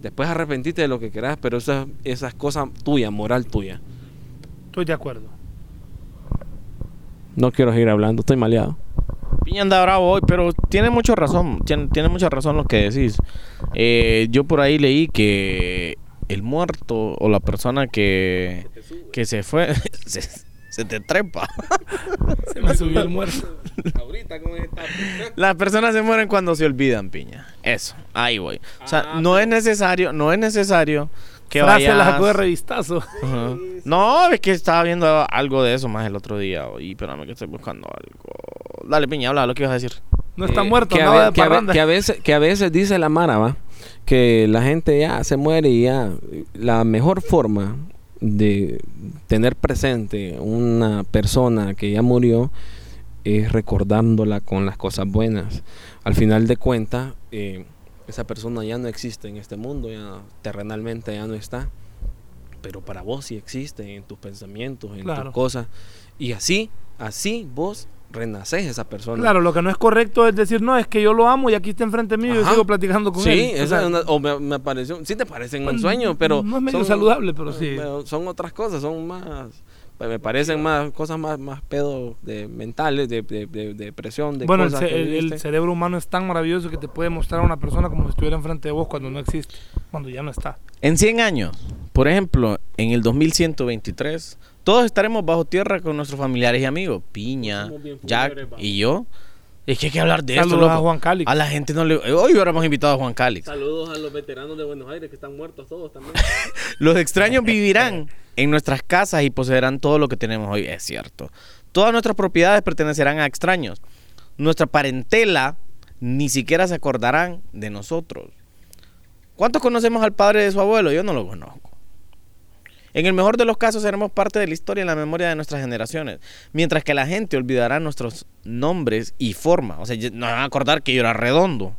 Speaker 3: Después arrepentirte de lo que querás, pero esas, esas cosas tuyas, moral tuya.
Speaker 2: Estoy de acuerdo.
Speaker 3: No quiero seguir hablando, estoy maleado.
Speaker 1: Piña anda bravo hoy, pero tiene mucha razón, tiene, tiene mucha razón lo que decís. Eh, yo por ahí leí que el muerto o la persona que, que se fue se, se te trepa.
Speaker 2: Se me subió el muerto.
Speaker 4: Ahorita con esta
Speaker 1: Las personas se mueren cuando se olvidan, piña. Eso, ahí voy. O sea,
Speaker 4: Ah,
Speaker 1: no
Speaker 4: pero-
Speaker 1: es necesario, no es necesario que
Speaker 2: Frase la sacó de
Speaker 1: vayas-
Speaker 2: revistazo.
Speaker 1: Ajá. No, es que estaba viendo algo de eso más el otro día. Y espérame que estoy buscando algo. Dale, piña, habla lo que ibas a decir.
Speaker 2: No está
Speaker 3: Eh,
Speaker 2: muerto,
Speaker 3: que a,
Speaker 2: andaba
Speaker 3: ve-
Speaker 2: de
Speaker 3: que a ve-
Speaker 2: parranda.
Speaker 3: que a veces, que a veces dice la Mara, ¿va? Que la gente ya se muere y ya. La mejor forma de tener presente una persona que ya murió es recordándola con las cosas buenas. Al final de cuentas, eh, esa persona ya no existe en este mundo, ya terrenalmente ya no está. Pero para vos sí existe en tus pensamientos, en
Speaker 2: Claro.
Speaker 3: tus cosas. Y así, así vos renacés esa persona.
Speaker 2: Claro, lo que no es correcto es decir, no, es que yo lo amo y aquí está enfrente mío y yo
Speaker 3: Ajá.
Speaker 2: sigo platicando con
Speaker 3: sí,
Speaker 2: él.
Speaker 3: esa
Speaker 2: sea,
Speaker 3: es una- o me, me pareció, sí te parecen un
Speaker 2: Bueno,
Speaker 3: sueño, pero
Speaker 2: no es medio saludable, pero sí.
Speaker 3: pero son otras cosas, son más pues, me parecen más cosas más más pedos de mentales, de, de, de- de depresión, de
Speaker 2: bueno, el,
Speaker 3: cosas
Speaker 2: ce-
Speaker 3: que
Speaker 2: el- el
Speaker 3: viviste.
Speaker 2: cerebro humano es tan maravilloso que te puede mostrar a una persona como si estuviera enfrente de vos cuando no existe, cuando ya no está.
Speaker 1: En 100 años, por ejemplo, en el 2123, todos estaremos bajo tierra con nuestros familiares y amigos. Piña,
Speaker 4: Somos bien
Speaker 1: Jack
Speaker 4: fúnebres, va.
Speaker 1: y yo. Es que hay que hablar de esto,
Speaker 2: Saludos a
Speaker 1: loco.
Speaker 2: Juan Cálix.
Speaker 1: A la gente no le... Hoy hubiéramos invitado a Juan Calix.
Speaker 4: Saludos a los veteranos de Buenos Aires que están muertos todos también.
Speaker 1: Los extraños vivirán en nuestras casas y poseerán todo lo que tenemos hoy. Es cierto. Todas nuestras propiedades pertenecerán a extraños. Nuestra parentela ni siquiera se acordarán de nosotros. ¿Cuántos conocemos al padre de su abuelo? Yo no lo conozco. En el mejor de los casos seremos parte de la historia y la memoria de nuestras generaciones, mientras que la gente olvidará nuestros nombres y forma. O sea, ya- no van a acordar que yo era redondo.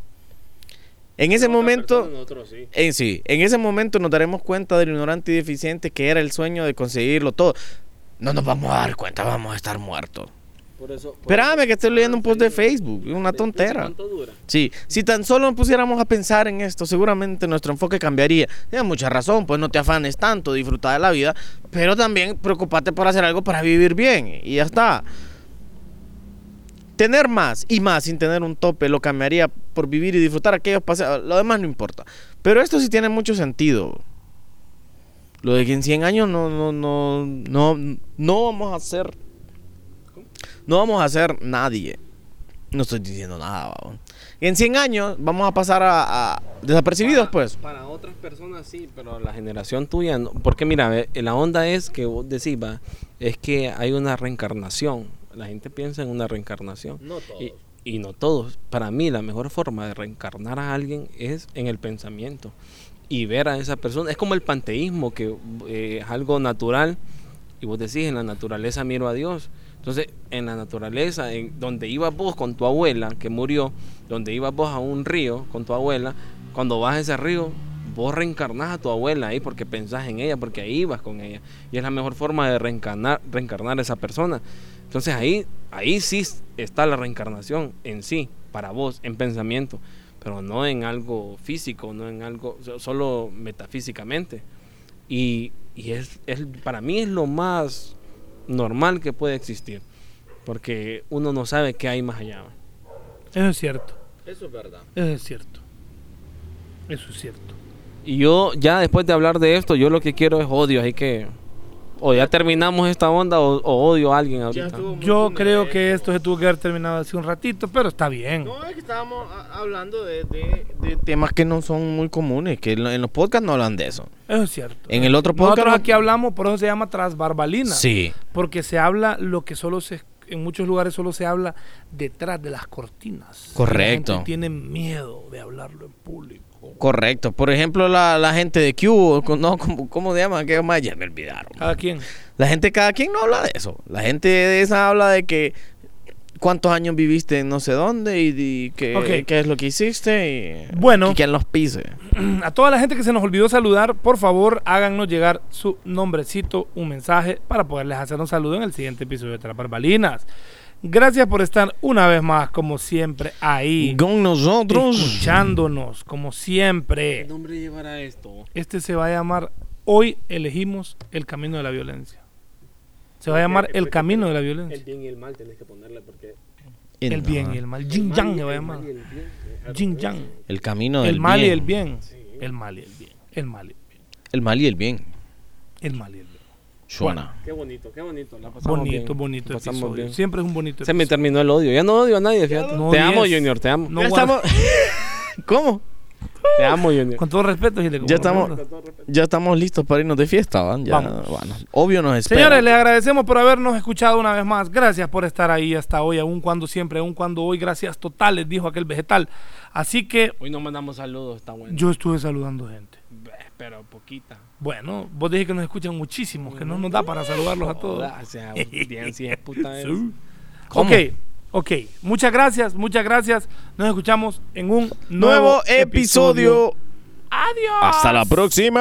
Speaker 1: En ese
Speaker 4: Otra
Speaker 1: momento...
Speaker 4: persona, Nosotros sí.
Speaker 1: En sí, en ese momento nos daremos cuenta del ignorante y deficiente que era el sueño de conseguirlo todo. No nos vamos a dar cuenta, vamos a estar muertos.
Speaker 4: Por eso. por
Speaker 1: Espérame
Speaker 4: eso-
Speaker 1: que estoy leyendo un post de Facebook, es una
Speaker 4: ¿De-
Speaker 1: tontera.
Speaker 4: ¿Cuánto dura?
Speaker 1: Sí, si tan solo nos pusiéramos a pensar en esto, seguramente nuestro enfoque cambiaría. Tienes mucha razón, pues no te afanes tanto, disfruta de la vida, pero también preocupate por hacer algo para vivir bien y ya está. Tener más y más sin tener un tope lo cambiaría por vivir y disfrutar aquellos paseos, lo demás no importa. Pero esto sí tiene mucho sentido. Lo de que en 100 años no, no, no, no, no vamos a ser, no vamos a ser nadie. No estoy diciendo nada, babón. Y en 100 años vamos a pasar a, a desapercibidos,
Speaker 4: Para-
Speaker 1: pues.
Speaker 4: Para otras personas sí, pero
Speaker 3: Pero la generación tuya, no- porque mira, ve, la onda es que vos decís, va, es que hay una reencarnación. La gente piensa en una reencarnación.
Speaker 4: no todos.
Speaker 3: Y, y no todos. Para mí la mejor forma de reencarnar a alguien es en el pensamiento y ver a esa persona. Es como el panteísmo, que eh, es algo natural. Y vos decís, en la naturaleza miro a Dios. Entonces, en la naturaleza, en donde ibas vos con tu abuela que murió, donde ibas vos a un río con tu abuela, cuando vas a ese río, vos reencarnás a tu abuela ahí porque pensás en ella, porque ahí ibas con ella. Y es la mejor forma de reencarnar, reencarnar a esa persona. Entonces ahí, ahí sí está la reencarnación en sí, para vos, en pensamiento, pero no en algo físico, no en algo, so- solo metafísicamente. Y, y es, es- para mí es lo más normal que puede existir, porque uno no sabe qué hay más allá.
Speaker 2: Eso es cierto,
Speaker 4: Eso es verdad.
Speaker 2: eso es cierto. Eso es cierto.
Speaker 3: Y yo ya después de hablar de esto, yo lo que quiero es odio, así que O ya terminamos esta onda o, o odio a alguien ahorita.
Speaker 2: Yo creo que esto se tuvo que haber terminado hace un ratito, pero está bien.
Speaker 1: No, es que estábamos a- hablando de, de- de temas que no son muy comunes, que en lo- en los podcasts no hablan de eso.
Speaker 2: Eso es cierto.
Speaker 1: En el otro podcast...
Speaker 2: Nosotros
Speaker 1: no-
Speaker 2: aquí hablamos, por eso se llama tras barbalina.
Speaker 1: Sí.
Speaker 2: Porque se habla lo que solo se. En muchos lugares solo se habla detrás de las cortinas.
Speaker 1: Correcto.
Speaker 2: La gente tiene miedo de hablarlo en público.
Speaker 1: Correcto. Por ejemplo, la, la gente de Q, con- no, ¿cómo, cómo se llama? Que más ya me olvidaron.
Speaker 2: Cada quien.
Speaker 1: La gente, cada quien no habla de eso. La gente de esa habla de que cuántos años viviste en no sé dónde y, y qué,
Speaker 2: Ok.
Speaker 1: qué es lo que hiciste y,
Speaker 2: Bueno.
Speaker 1: y quién los pise.
Speaker 2: A toda la gente que se nos olvidó saludar, por favor, háganos llegar su nombrecito, un mensaje, para poderles hacer un saludo en el siguiente episodio de Tras Barbalinas. Gracias por estar una vez más, como siempre, ahí.
Speaker 1: Con nosotros.
Speaker 2: Escuchándonos, como siempre.
Speaker 5: ¿Qué nombre llevará esto?
Speaker 2: Este se va a llamar Hoy elegimos el camino de la violencia. Se va a llamar El camino de la
Speaker 4: pues, El
Speaker 2: violencia.
Speaker 4: bien y el mal tenés que ponerle porque.
Speaker 2: El bien y el mal. Jin Yang se va a llamar.
Speaker 4: El bien.
Speaker 2: Jin Yang.
Speaker 1: El camino del
Speaker 2: El mal y
Speaker 1: bien.
Speaker 2: el bien. El mal y el bien. El mal y el bien.
Speaker 1: El mal y el bien.
Speaker 2: El mal y el bien.
Speaker 1: Suena.
Speaker 4: Qué bonito, qué bonito. La pasamos.
Speaker 3: Pasamos
Speaker 2: Bonito,
Speaker 3: bien,
Speaker 2: bonito
Speaker 3: pasamos
Speaker 2: episodio.
Speaker 3: bien.
Speaker 2: Siempre es un bonito
Speaker 3: Se me
Speaker 2: episodio.
Speaker 3: terminó el odio. Ya no odio a nadie, fíjate.
Speaker 2: no
Speaker 3: te
Speaker 2: odies.
Speaker 3: amo, Junior, te amo.
Speaker 2: No
Speaker 1: Ya
Speaker 2: guarda-
Speaker 1: estamos. ¿Cómo?
Speaker 3: Te amo, Junior.
Speaker 2: Con todo respeto, Gile, como
Speaker 1: Ya estamos-
Speaker 2: respeto.
Speaker 1: Ya estamos listos para irnos de fiesta, ¿van? Ya,
Speaker 2: Vamos.
Speaker 1: bueno, obvio nos espera.
Speaker 2: Señores, les agradecemos por habernos escuchado una vez más. Gracias por estar ahí hasta hoy, aún cuando siempre, aún cuando hoy. Gracias totales, dijo aquel vegetal. Así que
Speaker 3: Hoy no mandamos saludos, está bueno.
Speaker 2: yo estuve saludando gente.
Speaker 3: Pero poquita.
Speaker 2: Bueno, vos dije que nos escuchan muchísimos, que no nos da para saludarlos a todos.
Speaker 3: Gracias, audiencia, puta. eh. es.
Speaker 2: Sí. Ok, ok. Muchas gracias, muchas gracias. Nos escuchamos en un nuevo,
Speaker 1: Nuevo episodio.
Speaker 2: Adiós.
Speaker 1: Hasta la próxima.